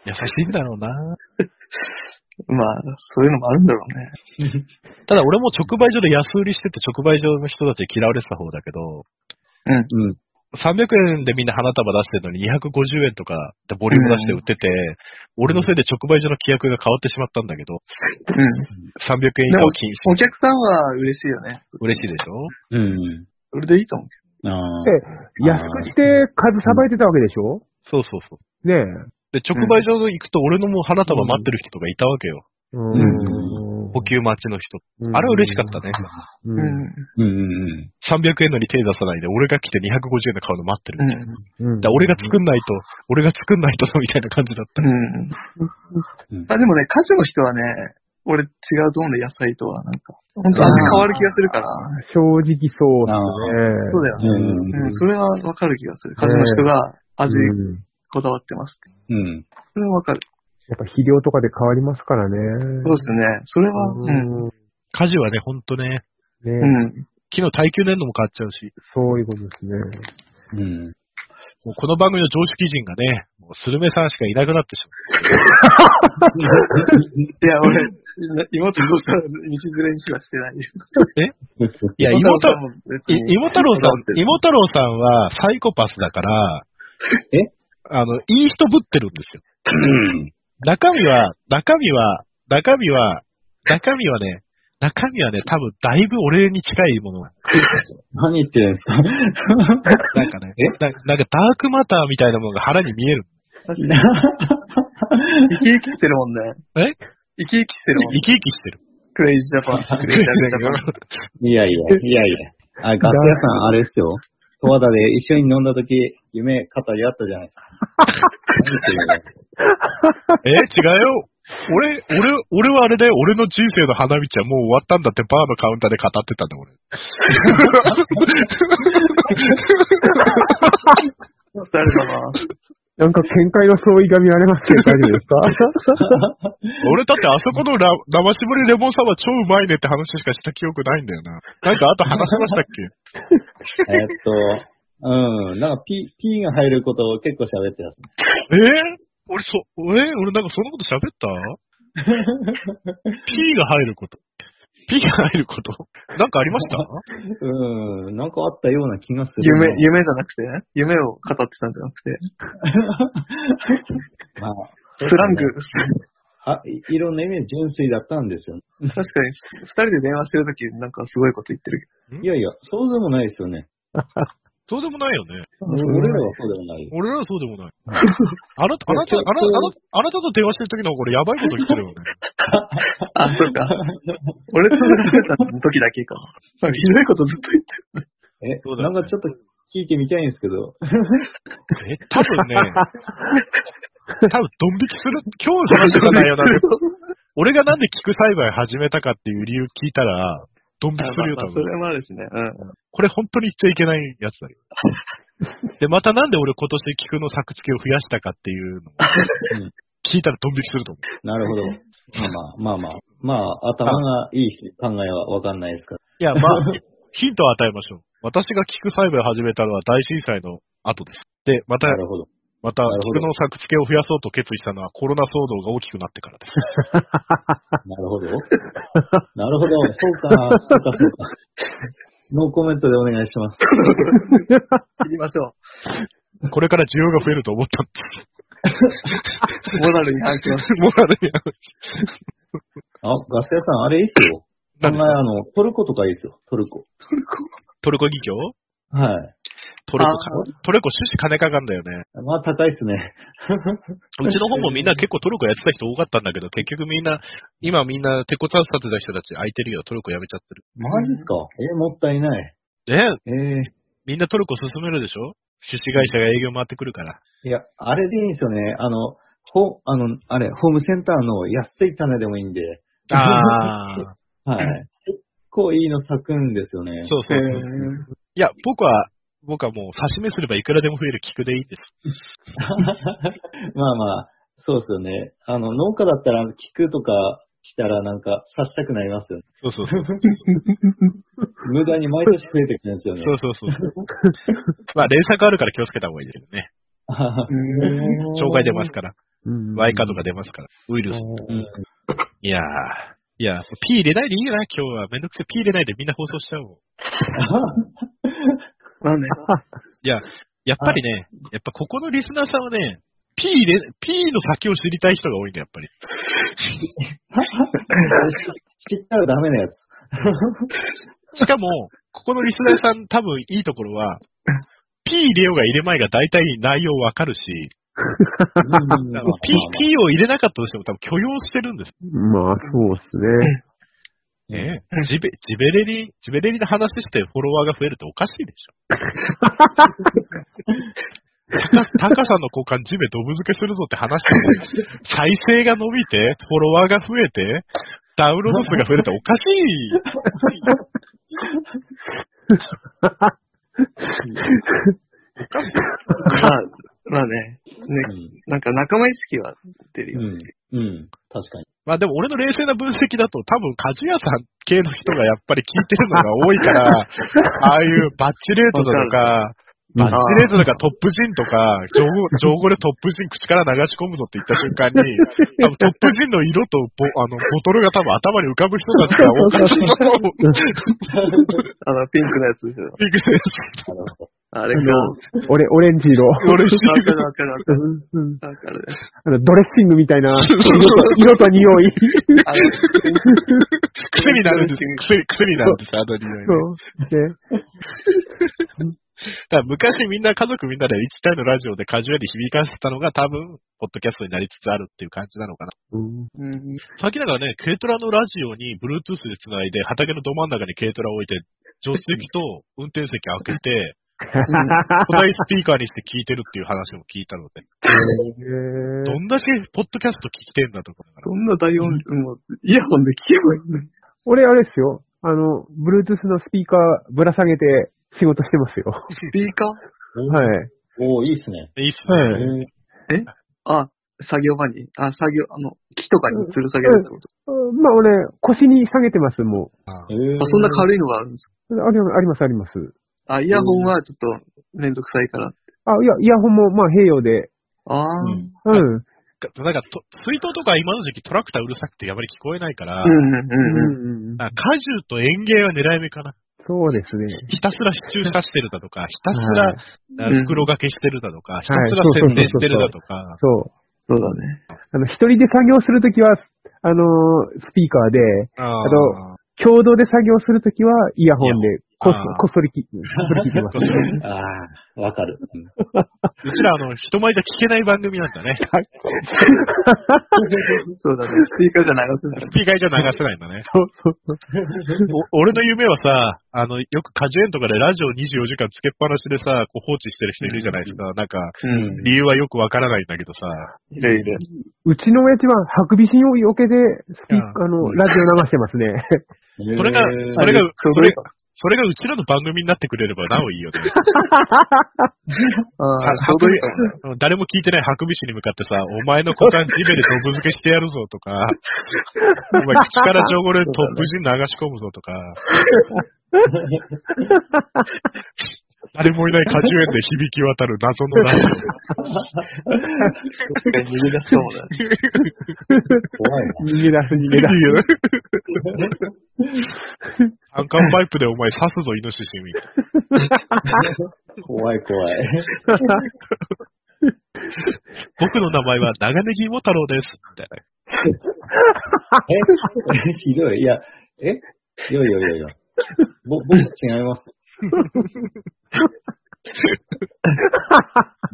優しいんだろうな。まあ、そういうのもあるんだろうね。ただ俺も直売所で安売りしてて、直売所の人たちに嫌われてた方だけど、うん。 300円でみんな花束出してるのに250円とかでボリューム出して売ってて、俺のせいで直売所の規約が変わってしまったんだけど、うん。 300円以下を禁止。お客さんは嬉しいよね。嬉しいでしょうん。それでいいと思う。ああ。で、安くして数さばいてたわけでしょそうそうそう。ねえ。で、直売所行くと俺のもう花束待ってる人とかいたわけよ。うう補給待ちの人。あれは嬉しかったね。うん。ううんん。うんうん300円のに手出さないで、俺が来て250円の買うの待ってるうみたいな。ん。うんだから俺が作んないと、俺が作んないと、みたいな感じだった。ううんん。あ、でもね、家事の人はね、俺違うと思うんだよ、野菜とは。なんか、本当味変わる気がするから。正直そうあですね。そうだようね。うん、んそれはわかる気がする。家事の人が味うんこだわってますって。うん。それはわかる。やっぱ肥料とかで変わりますからね。そうですね。それは、うん。家事はね、ほんとね、うん。うね、ん。昨日耐久年度も変わっちゃうし、そういうことですね。うん。もうこの番組の常識人がね、もうスルメさんしかいなくなってしいや、俺、妹のことは道連れにしかしてないよ。まう。 <laughs> いや、妹、妹はもう別いに芋太郎さこだわってん、る芋太郎さんはサイコパスだから、えあの、いい人ぶってるんですよ。うん。中身は、中身は、中身は、中身はね、中身はね、多分だいぶ俺に近いものが何言ってるんですかなんかね、ななんかダークマターみたいなものが腹に見える。確かに生き生きしてるもんね。え生き生きしてるもん生。き生きしてる。クレイジージャパン。クレイジー <laughs> ジャパン。いやいや、いやいや。あ、ガス屋さん、あれですよ。十和田で一緒に飲んだとき、夢語り合ったじゃないですか。何言っえ、てる違うよ。俺、俺、俺はあれだよ。俺の人生の花道はもう終わったんだってバーのカウンターで語ってたんだ、俺。誰かな。 <laughs> なんか見解の相違が見られますけど、大丈夫ですか俺だってあそこのラ生絞りレモンサワー超うまいねって話しかした記憶ないんだよな。なんかあと話しましたっけえーっと、うん、なんか P、P が入ることを結構喋ってますね。 <laughs> えー俺そ、え俺なんかそのこと喋った ?P が入ること。P が入ることなんかありま <laughs> したうん、なんかあったような気がする。夢、夢じゃなくて、夢を語ってたんじゃなくて、まあ、そうですねスラング。。あいいろんな意味で純粋だったんですよ。 <laughs> 確かに、二人で電話してるとき、なんかすごいこと言ってるいやいや、そうでもないですよね。そうでもないよね。俺らはそうでもないよ。 <laughs> 俺らはそうでも <laughs> ない。あなた、あなた、あなた、あなたと電話してる時の方がこれやばいこと言ってる <laughs> よね。けど。あ、そうか。俺と喋った時だけ <laughs> か。なんかひどいことずっと言ってる。え、そうだよなねんかちょっと聞いてみたいんですけど。え、多分 <laughs> ね、多分ドン引きする、今日の話とかないよな。俺がなんで菊栽培始めたかっていう理由聞いたら、ドン引きするよ、まあ多 <laughs> まあそ分。れもあるしね。うん。これ本当に言っちゃいけないやつ <laughs> だよ。で、またなんで俺今年菊の作付けを増やしたかっていうのをうん聞いたらドン引きすると思う。なるほど。まあまあ、まあまあ、まあ、頭がいい人考えはわかんないですから。いや、ま <laughs> あ、ヒントを与えましょう。私が菊栽培を始めたのは大震災の後です。で、またな、るほど。またなるほど菊の作付けを増やそうと決意したのはコロナ騒動が大きくなってからです。 <laughs> なるほど。なるほど。そうか、そうか、そうか。ノーコメントでお願いします。切りましょこれから需要が増えると思ったんです。う。 <laughs> モラルに反します。モラルに合うあ、ガス屋さん、あれいいっすよ。考え、あ何ですかの、トルコとかいいっすよ。トルコ。トルコ議業はい。トルコかあ、トルコ趣旨金かかんだよね。まあ、高いっすね。うちの方もみんな結構トルコやってた人多かったんだけど、結局みんな、今みんな鉄骨ハウス建てた人たち空いてるよ。トルコやめちゃってる。マジっすかえ、もったいない。ええー、みんなトルコ進めるでしょ出資会社が営業回ってくるから。いや、あれでいいんですよね。あの、ほ、あの、あれ、ホームセンターの安い種でもいいんで、ああ。はい。結構いいの咲くんですよね。そうそうそう。いや、僕は、僕はもう、刺し目すればいくらでも増える菊でいいです。まあまあ、そうですよね。あの、農家だったら、菊とか来たらなんか刺したくなりますよね。そうそうそう。無駄に毎年増えてくるんですよね。 <laughs> そうそうそう。まあ、連作あるから気をつけた方がいいですよね。紹紹介出ますから。うん。ワイカードが出ますから。ウイルス。うんいやー。いや、P 入れないでいいな、今日は。めんどくせえ。P 入れないでみんな放送しちゃおうもん。まあね。やっぱりね、やっぱここのリスナーさんはね、P 入れ、P の先を知りたい人が多いんだよ、やっぱり。知ったらダメなやつ。しかも、ここのリスナーさん多分いいところ <laughs> は、P 入れようが入れまいが大体内容わかるし、うんだから P、P を入れなかったとしても多分許容してるんです。まあ、そうですね。ねジベ、ジベレリ、ジベレリの話してフォロワーが増えるっておかしいでしょ。タカさんの交換地べドブ漬けするぞって話しても、再生が伸びて、フォロワーが増えて、ダウンロード数が増えるっておかしい。まあ、まあね。ね、なんか仲間意識は出るうよ。ん。うん。確かに。まあでも俺の冷静な分析だと多分鍛冶屋さん系の人がやっぱり聞いてるのが多いから、ああいうバッチレートだとか、バッチレートだとかトップジンとか、上語上語でトップジン口から流し込むぞって言った瞬間に、多分トップジンの色とボあのボトルが多分頭に浮かぶ人たちが多かったと思う。 <laughs> あの、ピンクのやつでしょ。びっくりしなるほどあれか。俺、オレンジ色。た俺しわか <laughs> るわかるわかる。うんうんわかる。あのドレッシングみたいな <laughs> 色と色と匂い。あれ、癖になるんですよ。癖に癖になるんですよ、あの匂いねそう。で、だから昔みんな家族みんなで一体のラジオでカジュアルに響かせたのが多分、ポッドキャストになりつつあるっていう感じなのかな。うん、うん。さっきだからね、軽トラのラジオに Bluetooth で繋いで、畑のど真ん中に軽トラを置いて、助手席と運転席開けて、巨大スピーカーにして聞いてるっていう話も聞いた <laughs> ので、えどーんだけポッドキャスト聞いてんだとかだから。どんな大音量、もう、イヤホンで聞けばいいのに。俺、あれですよ。あの、Bluetooth のスピーカーぶら下げて仕事してますよ。スピーカはい。おー、いいっすね。いいっすね。ーあ、作業場に。あ、作業、あの、木とかに吊る下げるってこと。うんまあ、俺、腰に下げてます、もへーあ、そんな軽いのがあるんですかう。ありあります、あります。あ、イヤホンはちょっとめんどくさいから。あ、いや、イヤホンも、まあ、併用で。ああ、ううんんうん。なんかと、水筒とか今の時期トラクターうるさくてやっぱり聞こえないから、うんううんうん。んうんあ果樹と園芸は狙い目かな。そうですね。ひたすら支柱さしてるだとか、ひたすはいらあの袋掛けしてるだとか、ひたすら宣伝してるだとか、そう。そうだ <laughs> ね。あの、一人で作業するときは、あのー、スピーカーで、ああと共同で作業するときは、イヤホンで、こっあーこっそり聞こっそり聞いてます。ああ、わかる。うんうちらあの、人前じゃ聞けない番組なんだね。そうだね。スピーカーじゃ流せない。スピーカーじゃ流せないんだね。そうそうそう。お俺の夢はさ、あの、よく果樹園とかでラジオ24時間つけっぱなしでさ、こう放置してる人いるじゃないですか。なんか、うん。理由はよくわからないんだけどさ。いるいる。うちの親父は、ハクビシンをよけで、スピーカー、あの、ラジオ流してますね。それが、それへが、あちょうそどいれいか、それがうちらの番組になってくれればなおいいよね。あああ、ちょうどいいかもね。うん誰も聞いてないハクビシンに向かってさ、お前の股間地べでドブ漬けしてやるぞとか、お前口から上後でトップ陣流し込むぞとか、誰もいない果樹園で響き渡る謎のラジオ。確かに逃げ出しそうだね。ー怖いな。逃げ出す、逃げ出す。アンカンパイプでお前刺すぞ、イノシシみたいな。怖い怖 <laughs> い。僕の名前は長ネギモ太郎です。みたいな。え、 <laughs> ひどい。いや、えいやいやいやいや。ぼ、僕違 <laughs> います。うんい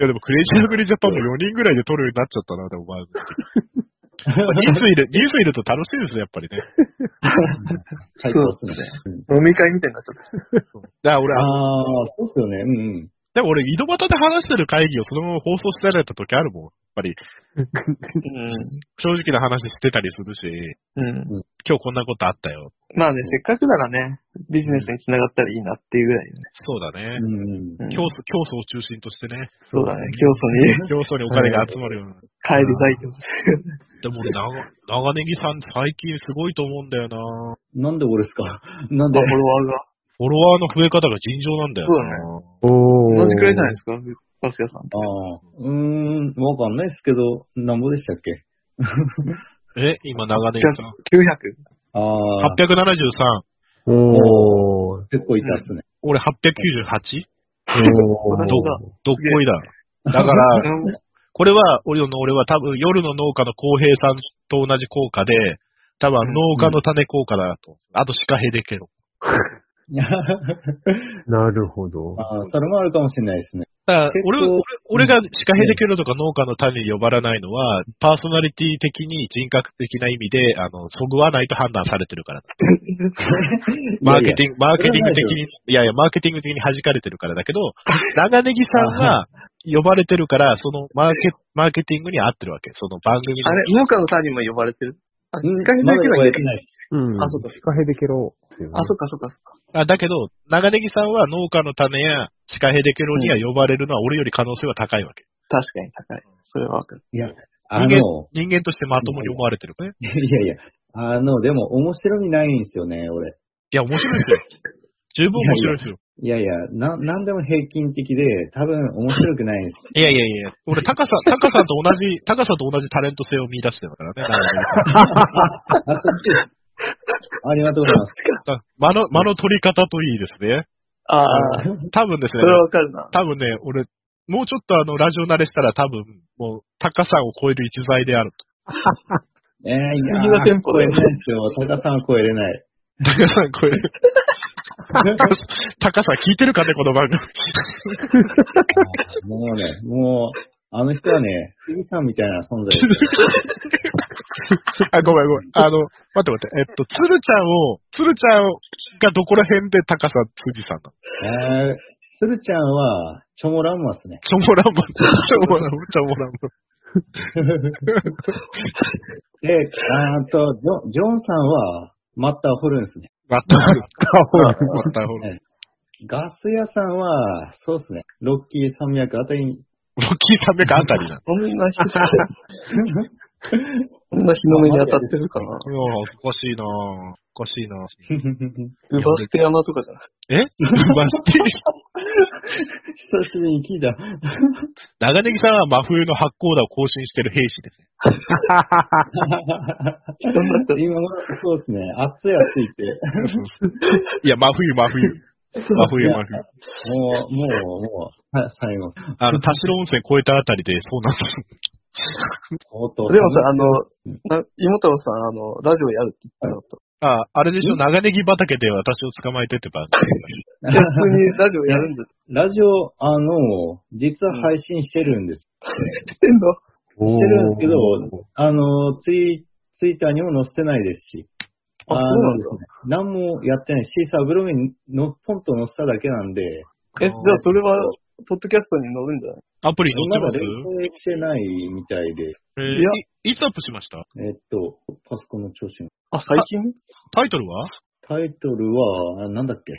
やでもクレイジーアグリジャパンも4人ぐらいで撮るようになっちゃったな、でも前人数いる、人数いると楽しいですね、やっぱりね。最高っすね。う飲んみ会みたいになっちゃっだから俺、あのああ、そうっすよね。うんうん。でも俺、井戸端で話してる会議をそのまま放送してられた時あるもん。やっぱり、正直な話してたりするし、うん。うん。今日こんなことあったよ。まあね、せっかくならね、ビジネスに繋がったらいいなっていうぐらいよね。そうだね。ううん。ん競争、競争を中心としてね、そうだね、競争に競争にお金が集まるような。帰り咲いてほしでい。も俺、長長ネギさん最近すごいと思うんだよななんで俺ですかなんフでォロワーが。フォロワーの増え方が尋常なんだよなそうだねおー。同じくらいじゃないですか、バスケさんって。ああ。うーん、わかんないですけど、なんぼでしたっけえ、今長ネギさん。 900? ああ、 873。お <laughs> ー。結構いたっす <laughs> ね。俺 898? おー。どどっこいだ。だ <laughs> から、これは、俺の、俺は多分夜の農家の公平さんと同じ効果で、多分農家の種効果だと。あと鹿ヘデケロ。なるほど。ああ、それもあるかもしれないですね。だから結構俺は、俺俺が鹿ヘデケロとか農家の種に呼ばれないのは、パーソナリティ的に人格的な意味で、あの、そぐわないと判断されてるからだ。マーケティング、マーケティング的に、いやいや、マーケティング的に弾かれてるからだけど、長ネギさんが呼ばれてるから、そのマーケ、マーケティングに合ってるわけ。その番組あの。れ、農家の単にも呼ばれてるあ、いやいや鹿ヘうんデまケロだ超はえいてない。うん。あそうかシカヘデケロ。あ、そっかそっかそっか。あだけど、長ネギさんは農家の種や地下ヘデケロには呼ばれるのは俺より可能性は高いわけ。確かに高い。それはわかる。あ人の、人間としてまともに思われてるね。いやいや、あの、でも面白みないんですよね、俺。いや、面白いですよ。十分面白いですよ。いやいや、な、なんでも平均的で、多分面白く <laughs> ないんです。いやいやいや、俺、高さん、高さんと同じ、 <laughs> 高さんと同じタレント性を見出してるからね。長ネギさんあ、そっち。ありがとうござい <laughs> ます。あ間の、間の取り方といいですね。ああ、多分ですそね、れはわかるな。多分ね、俺、もうちょっとあの、ラジオ慣れしたら多分、もう、高さを超える逸材であると。えー、いや次の店舗超でえれないですよ。高さんは超えれ <laughs> ない。高さん超える。高さん聞いてるかね、この番組。もうね、もう、あの人はね、富士山みたいな存在ですあ、ごめんごめん。あの、待って待って。えっと、つるちゃんを、つるちゃんがどこら辺で高さ辻さんなのえー、つるちゃんは、チョモランマっすね。ちょもらんぼ、ちょもらんぼ、ちょもらんぼ。で、あーと、ジョンジョンさんは、マッターホルンっすね。また、かまた、ほら。ガス屋さんは、そうっすね。ロッキー300あたりに、ロッキー300あたりなの。こんな人、 <laughs> こんな日の目に当たってるかな。いやおかしいなぁ。おかしいなぁ。 <laughs> 久ウバステ山とかじゃない。えましぶりに聞いた。長ネギさんは真冬の発光だを更新してる兵士ですね。そんな人、今は、そうっすね。暑い暑いって。いや、真冬、真冬。真冬、真冬。もう、もう、もう、は最後。あの、田代温泉超えたあたりで、そうなんですよ。相当。でもさ、あの、な芋太郎さん、あの、ラジオやるって言ってなかった。あ、あれでしょ、長ネギ畑で私を捕まえてって番組。いや普通にラジオやるん <laughs> じゃ、ラジオ、あの、実は配信してるんです。してんのしてるんですけど、あの、ツイ、ツイッターにも載せてないですし。あのそうなんだですね。何もやってない。シーサーブログにのポンと載せただけなんで、え、じゃあそれは、ポッドキャストに乗るんじゃないアプリ載まだって連ます携してないみたいで、えいやーいいつアップしましたえっと、パソコンの調子の。あ、最近タイトルはタイトルは、あなんだっけ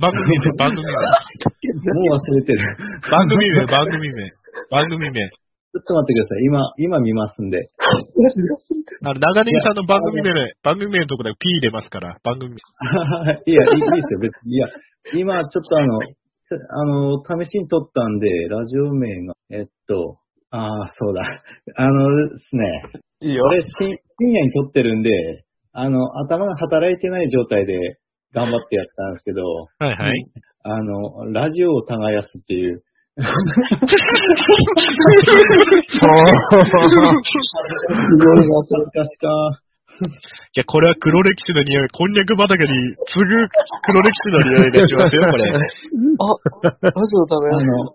番組番組 <laughs> 名、番組名、もう忘れて <laughs> る。番 <laughs> 組名、番組名、番組名。ちょっと待ってください。今、今見ますんで。マジであの、長ネギさんの番組名、番組名のとこで P 入れますから、番組名。 <laughs> いや、いいいいですよ、別に。いや、今、ちょっとあの、あの、試しに撮ったんで、ラジオ名が、えっと、ああ、そうだ。あのですね、いいよこ。れ深深夜に撮ってるんで、あの、頭が働いてない状態で頑張ってやったんですけど、はい <laughs> はい。あの、ラジオを耕すっていう、すごいな。恥ずかしか。いや、これは黒歴史の匂い、こんにゃく畑に次ぐ黒歴史の匂いがしますよ、こ <laughs> れ。あ、ラジオダメあの、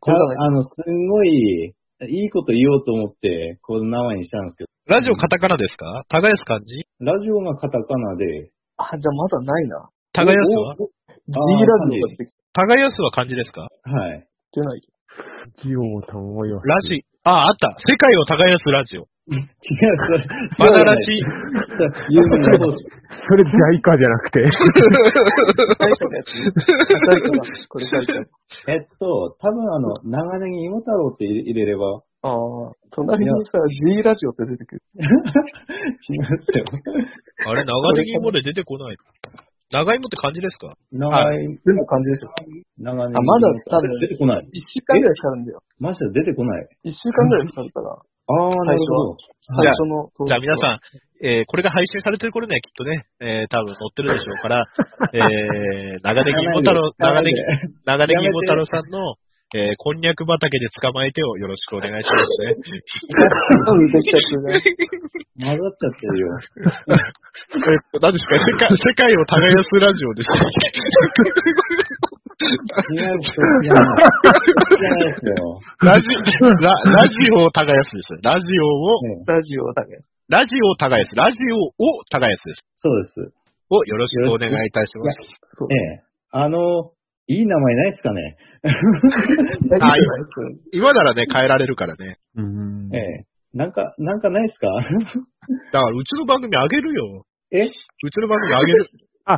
これじゃない。あの、すんごい、いいこと言おうと思って、この名前にしたんですけラジオカタカナですか耕す感じど、ラジオがカタカナで、あ、じゃあまだないな。耕すはお G ラジオが出てき耕すは漢字ですかはい。出 <laughs> ない。ジオータンをよ。ラジ、あ、あった。世界を耕すラジオ。う、それ。バナラジ。有名な方式。それ、ジャイカじゃなくて。タイトルやつタイトルだこれ書いてある。えっと、多分あの、長ネギ芋太郎って入れれば、ああ、隣にさ、G ラジオって出てくる。違ってよ。あれ、長ネギもで出てこない。長芋って感じですか長い、全部漢字ですよ。長ネギ。あまだ多分出てこない。一週間ぐらいかかるんだよ。マジで出てこない。一週間ぐらいかかるから、ああ、なるほど。最初の投稿は。じゃあ皆さん、えーこれが配信されてる頃にはきっとね、えー多分載ってるでしょうから、 <laughs> えー長ネギ芋太郎、長ネギ、長ネギ芋太郎さんの、えーこんにゃく畑で捕まえてをよろしくお願いしますね。多分できちゃってね。混ざっちゃってるよ。え <laughs> 何ですか世界世界を耕すラジオで <laughs> したっけ違う、そっちじゃない。そっちじゃないですよ。ラジ、ララジオを耕すですね。ラジオを、うん <laughs> ラジオだけ。ラジオを耕す。ラジオを耕すです。 <laughs> そうです。をよろしくお願いいたします。ええ。あの、いい名前ないですかね。あ今ならね、変えられるからね。うんええ。なんか、なんかないですかだから、うちの番組あげるよ。えうちの番組あげ <laughs> る。あ、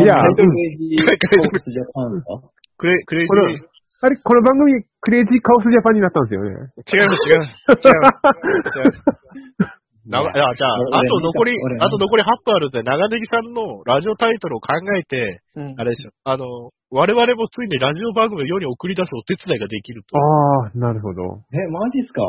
いや、タイトうルんページ、フォックスジャパンですかクレ、クレイジこれー。あれ、この番組、クレイジーカオスジャパンになったんですよね。違います、違います。違います。違います。 <laughs> ながあじゃあ、あと残り俺、あと残り8分あるんで、長ネギさんのラジオタイトルを考えて、うんあれでしょ、あの、我々もついにラジオ番組を世に送り出すお手伝いができると。ああ、なるほど。え、マジっすか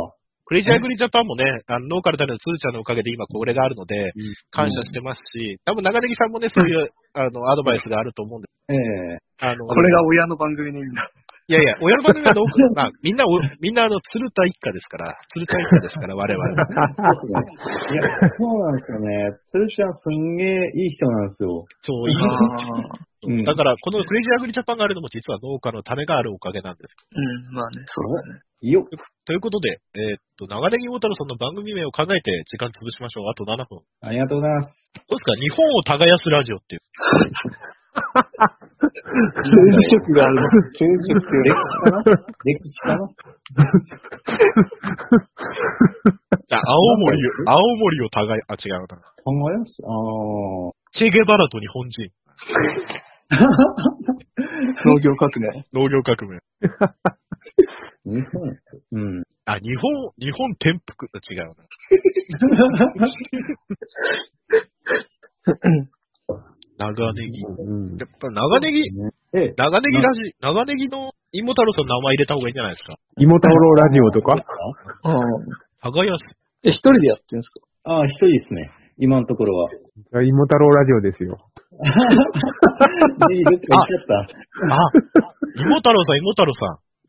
クレイジーアグリージャパンもね、あの、ノーカルタのつーちゃんのおかげで今これがあるので、感謝してますし、多分長ネギさんもね、そういう、あの、アドバイスがあると思うんで、え <laughs> え。あの、これが親の番組の意味だ。いやいや、親の番組はどうまあ、みんなお、みんなあの、鶴田一家ですから、鶴田一家ですから、我々。いや、そうなんですよね。鶴ちゃんすんげえいい人なんですよ。そう、いいああ。うんだから、このクレイジーアグリジャパンがあるのも実は農家の種があるおかげなんです。うん、まあね、そうだ <laughs> ね。よということで、えーっと、長ネギウォータロさんの番組名を考えて時間潰しましょう。あと7分。ありがとうございます。どうですか日本を耕すラジオっていう。政治色がある。政治色歴史かな歴史かなじゃあ、青森を、青森を耕、あ、違うな。考えますあチェゲバラと日本人。農業革命。農業革命。ー日本。うん。あ、日本、日本転覆。あ違うな。長ネギ。うんやっぱ長ネギ、え、長ネギラジ、長ネギの芋太郎さんの名前入れた方がいいんじゃないですか。芋太郎ラジオ <laughs> とかああ。耕す。え、一人でやってんすかああ、一人ですね。今のところは。芋太郎ラジオですよ。ぜひどっか行っちゃっ <laughs> あ、芋太郎さん、芋太郎さん。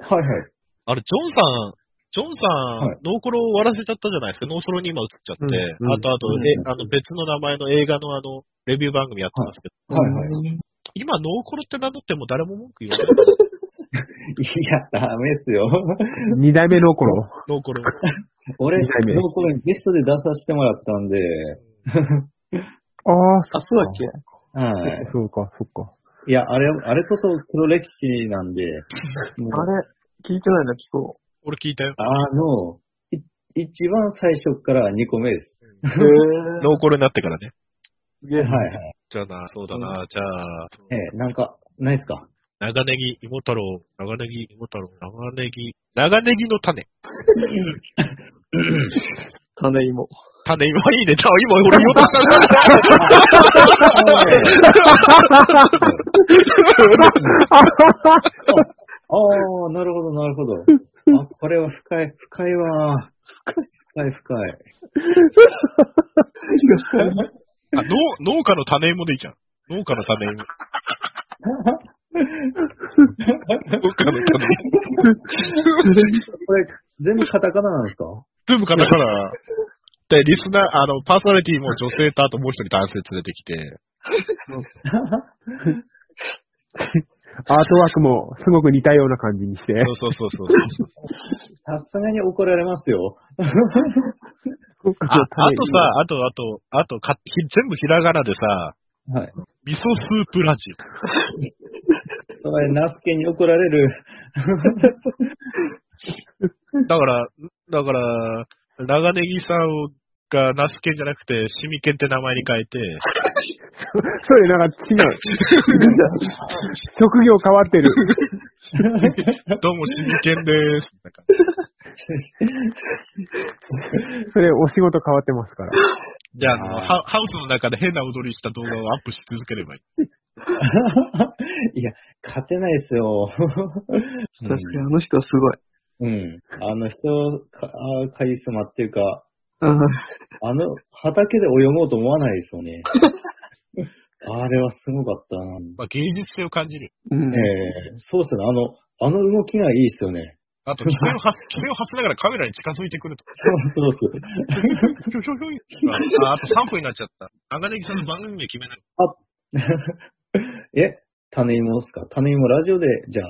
た。はいはい。あれ、ジョンさん、ジョンさん、はいノーコロを終わらせちゃったじゃないですか。ノーソロに今映っちゃって、うんうんあとあと、うんえあの別の名前の映画のあの、レビュー番組やってますけど、はいはい。い。今ノーコロって名乗っても誰も文句 <laughs> 言わない。いや、ダメっすよ。二代目の頃。ノーコロ。俺、二代目の頃にゲストで出させてもらったんで、ああ、あ、そうだっけはい。そうか、そう <laughs> か。いや、あれ、あれこそ黒歴史なんで、もうあれ、聞いてないな、聞こ俺聞いたよ。あの、い一番最初から2個目です。 <laughs> う。へえ。 <laughs> ノーコロになってからね。すげえ。はいはい。じゃあな、そうだな、じゃあ、ええ、なんか、ないっす <laughs> か長ネギ、芋太郎、長ネギ、芋太郎、長ネギ、長ネギの種。種芋。種、今いいね。あ今俺芋太郎さんだ。ああ、なるほど、なるほど。 <laughs> あ、これは深い、深いわ。深い、深い。あ、農、農家の種芋でいいじゃん。農家の種芋。農家の種芋。これ、全部カタカナなんですか <laughs> 全部カタカナ。で、リスナー、あの、パーソナリティも女性とあともう一人男性連れてきて、アートワークもすごく似たような感じにして。そうそうそうそうそう。さすがに怒られますよ。あ、あとさ、あと、あと、あとか、ひ全部ひらがなでさ、はい。味噌スープラジオ。それ、ナスケに怒られ <laughs> る。だから、だから、長ネギさんがナスケンじゃなくて、シミケンって名前に変えて、 <laughs> それ <laughs> なんか違う。職業変わってる。どうもシミケンです。なんかそれお仕事変わってますから。じゃああのハ、ハウスの中で変な踊りした動画をアップし続ければいい。いや、勝てないです <laughs> よ。確かにあの人はすごい。うん。あの人、かあカリスマっていうか、うんあの畑で泳ごうと思わないですよ <laughs> ね。あれはすごかったな。まあ、芸術性を感じる。うんええそうですね。あの、あの動きがいいですよね。あと、規制を発、規制を発しながらカメラに近づいてくると。そうそうそう。ひょひょひょいあ、あと3分になっちゃった。長ネギさんの番組名決めない。え、種芋ですか種芋ラジオで、じゃあ、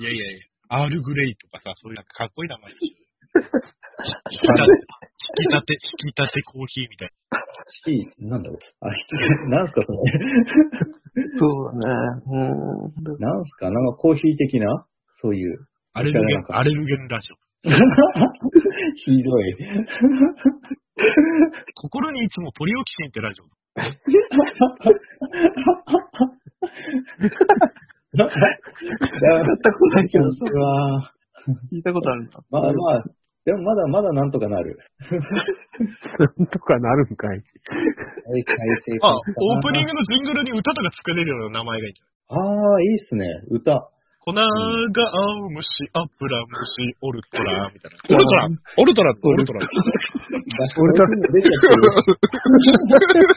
いやいやいや。アールグレイとかさ、そういうなんかかっこいい名前。引き立て、引き立てコーヒーみたいいい、なんだろう。あ、失礼なんすかそれ。そうだね。うん。なんすかなんかコーヒー的なそういう。な。アレルゲン、アレルゲンラジオ。ひどい。心にいつもポリオキシンってラジオ。やったことないけど。わ聞いたことあるんだ。まあまあ、でもまだまだなんとかなる。なんとかなるんかい。はい再生あ、オープニンググのジングルに歌とか作れるような名前がいい。ああ、いいっすね。歌。粉が青虫、アプラ虫、オルトラ、みたいな。オルトラオルトラオルトラ俺歌も出ちゃってる。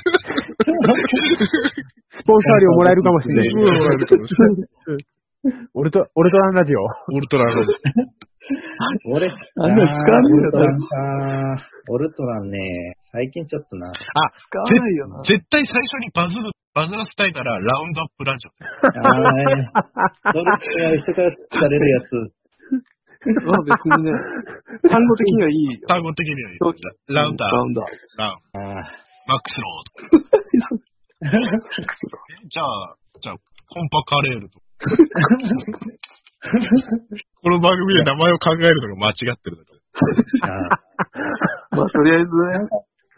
スポンサー料もらえるかもしれない。俺と、俺とランラジオ。オルトラの。俺、あんな使わねえよあーオルトランか。オルトランね、最近ちょっとな。使わないよな。絶対最初にバズる、バズらせたいなら、ラウンドアップラジオ。ああ、それは人から疲れるやつ。まあ別にね、単語的にはいいよ。単語的にはラウンダー、ラウンダー。ラウン、ああ、マックスロ <laughs> ード。じゃあ、じゃあ、コンパカレー <laughs> ルと。この番組で名前を考えるのが間違ってるだろ。あまあとりあえずね、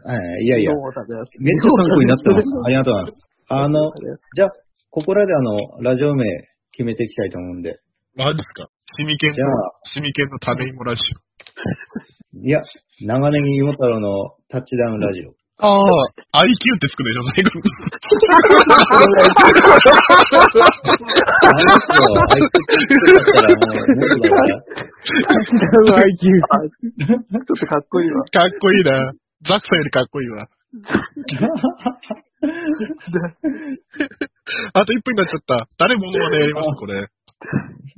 あはいいやいやど、うだねめっちゃ参考になってます。ありがとうございます。あの、じゃあ、ここらであの、ラジオ名決めていきたいと思うんで。マジっすかシミケンじゃの、あ、シミケンの種芋ラジオ。いや、長ネギ芋太郎のタッチダウンラジオ。ああ、IQ ってつくでしょ、最後。あの人、あいつだったらもう、もっとだから。の IQ。ちょっとかっこいいわ。かっこいいな。ザクさんよりかっこいい <laughs> わ。あと1分になっちゃった。誰ものまでやりますこれ。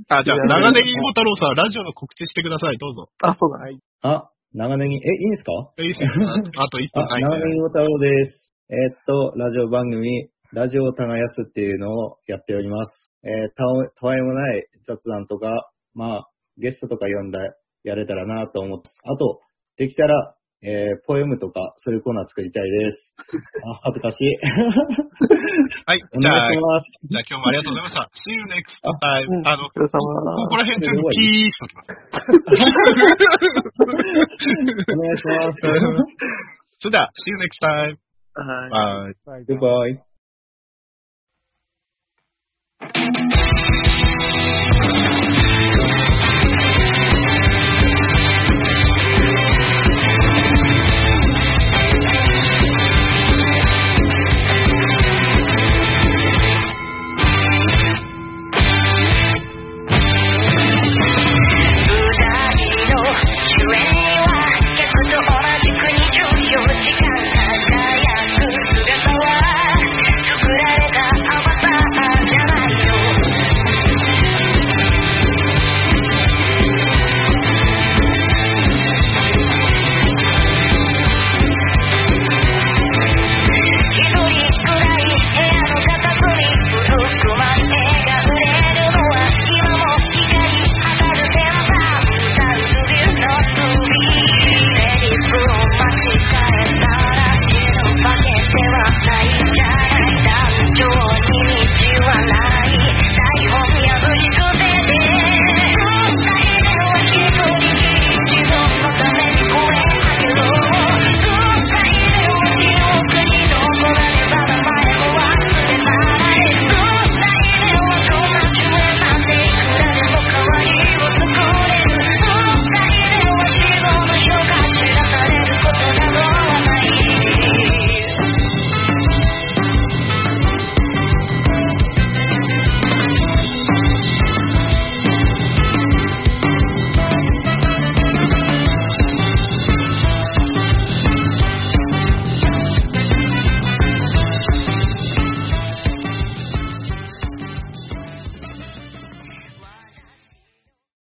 あ、じゃあ、長ネギ芋太郎さん、ラジオの告知してください。どうぞ。あ、そうだ。はい。あ、長ネギ、え、いいんですかいいっすよあと1分あ、ないん長で。ネギ芋太郎です。えーっと、ラジオ番組、ラジオを耕すっていうのをやっております。えーたわ、たわいもない雑談とか、まあ、ゲストとか呼んだ、やれたらなと思って、あと、できたら、えーポエムとか、そういうコーナー作りたいです。あ、恥ずかしい。 <laughs> はい、おじゃ願あいし、ます。じゃあ今日もありがとうございました。See you next time. うんあの、お疲れこ様こ。ら辺全部ピーしときます。お願いします。それでは、See you next time. はい。 Bye. グッバイ。 「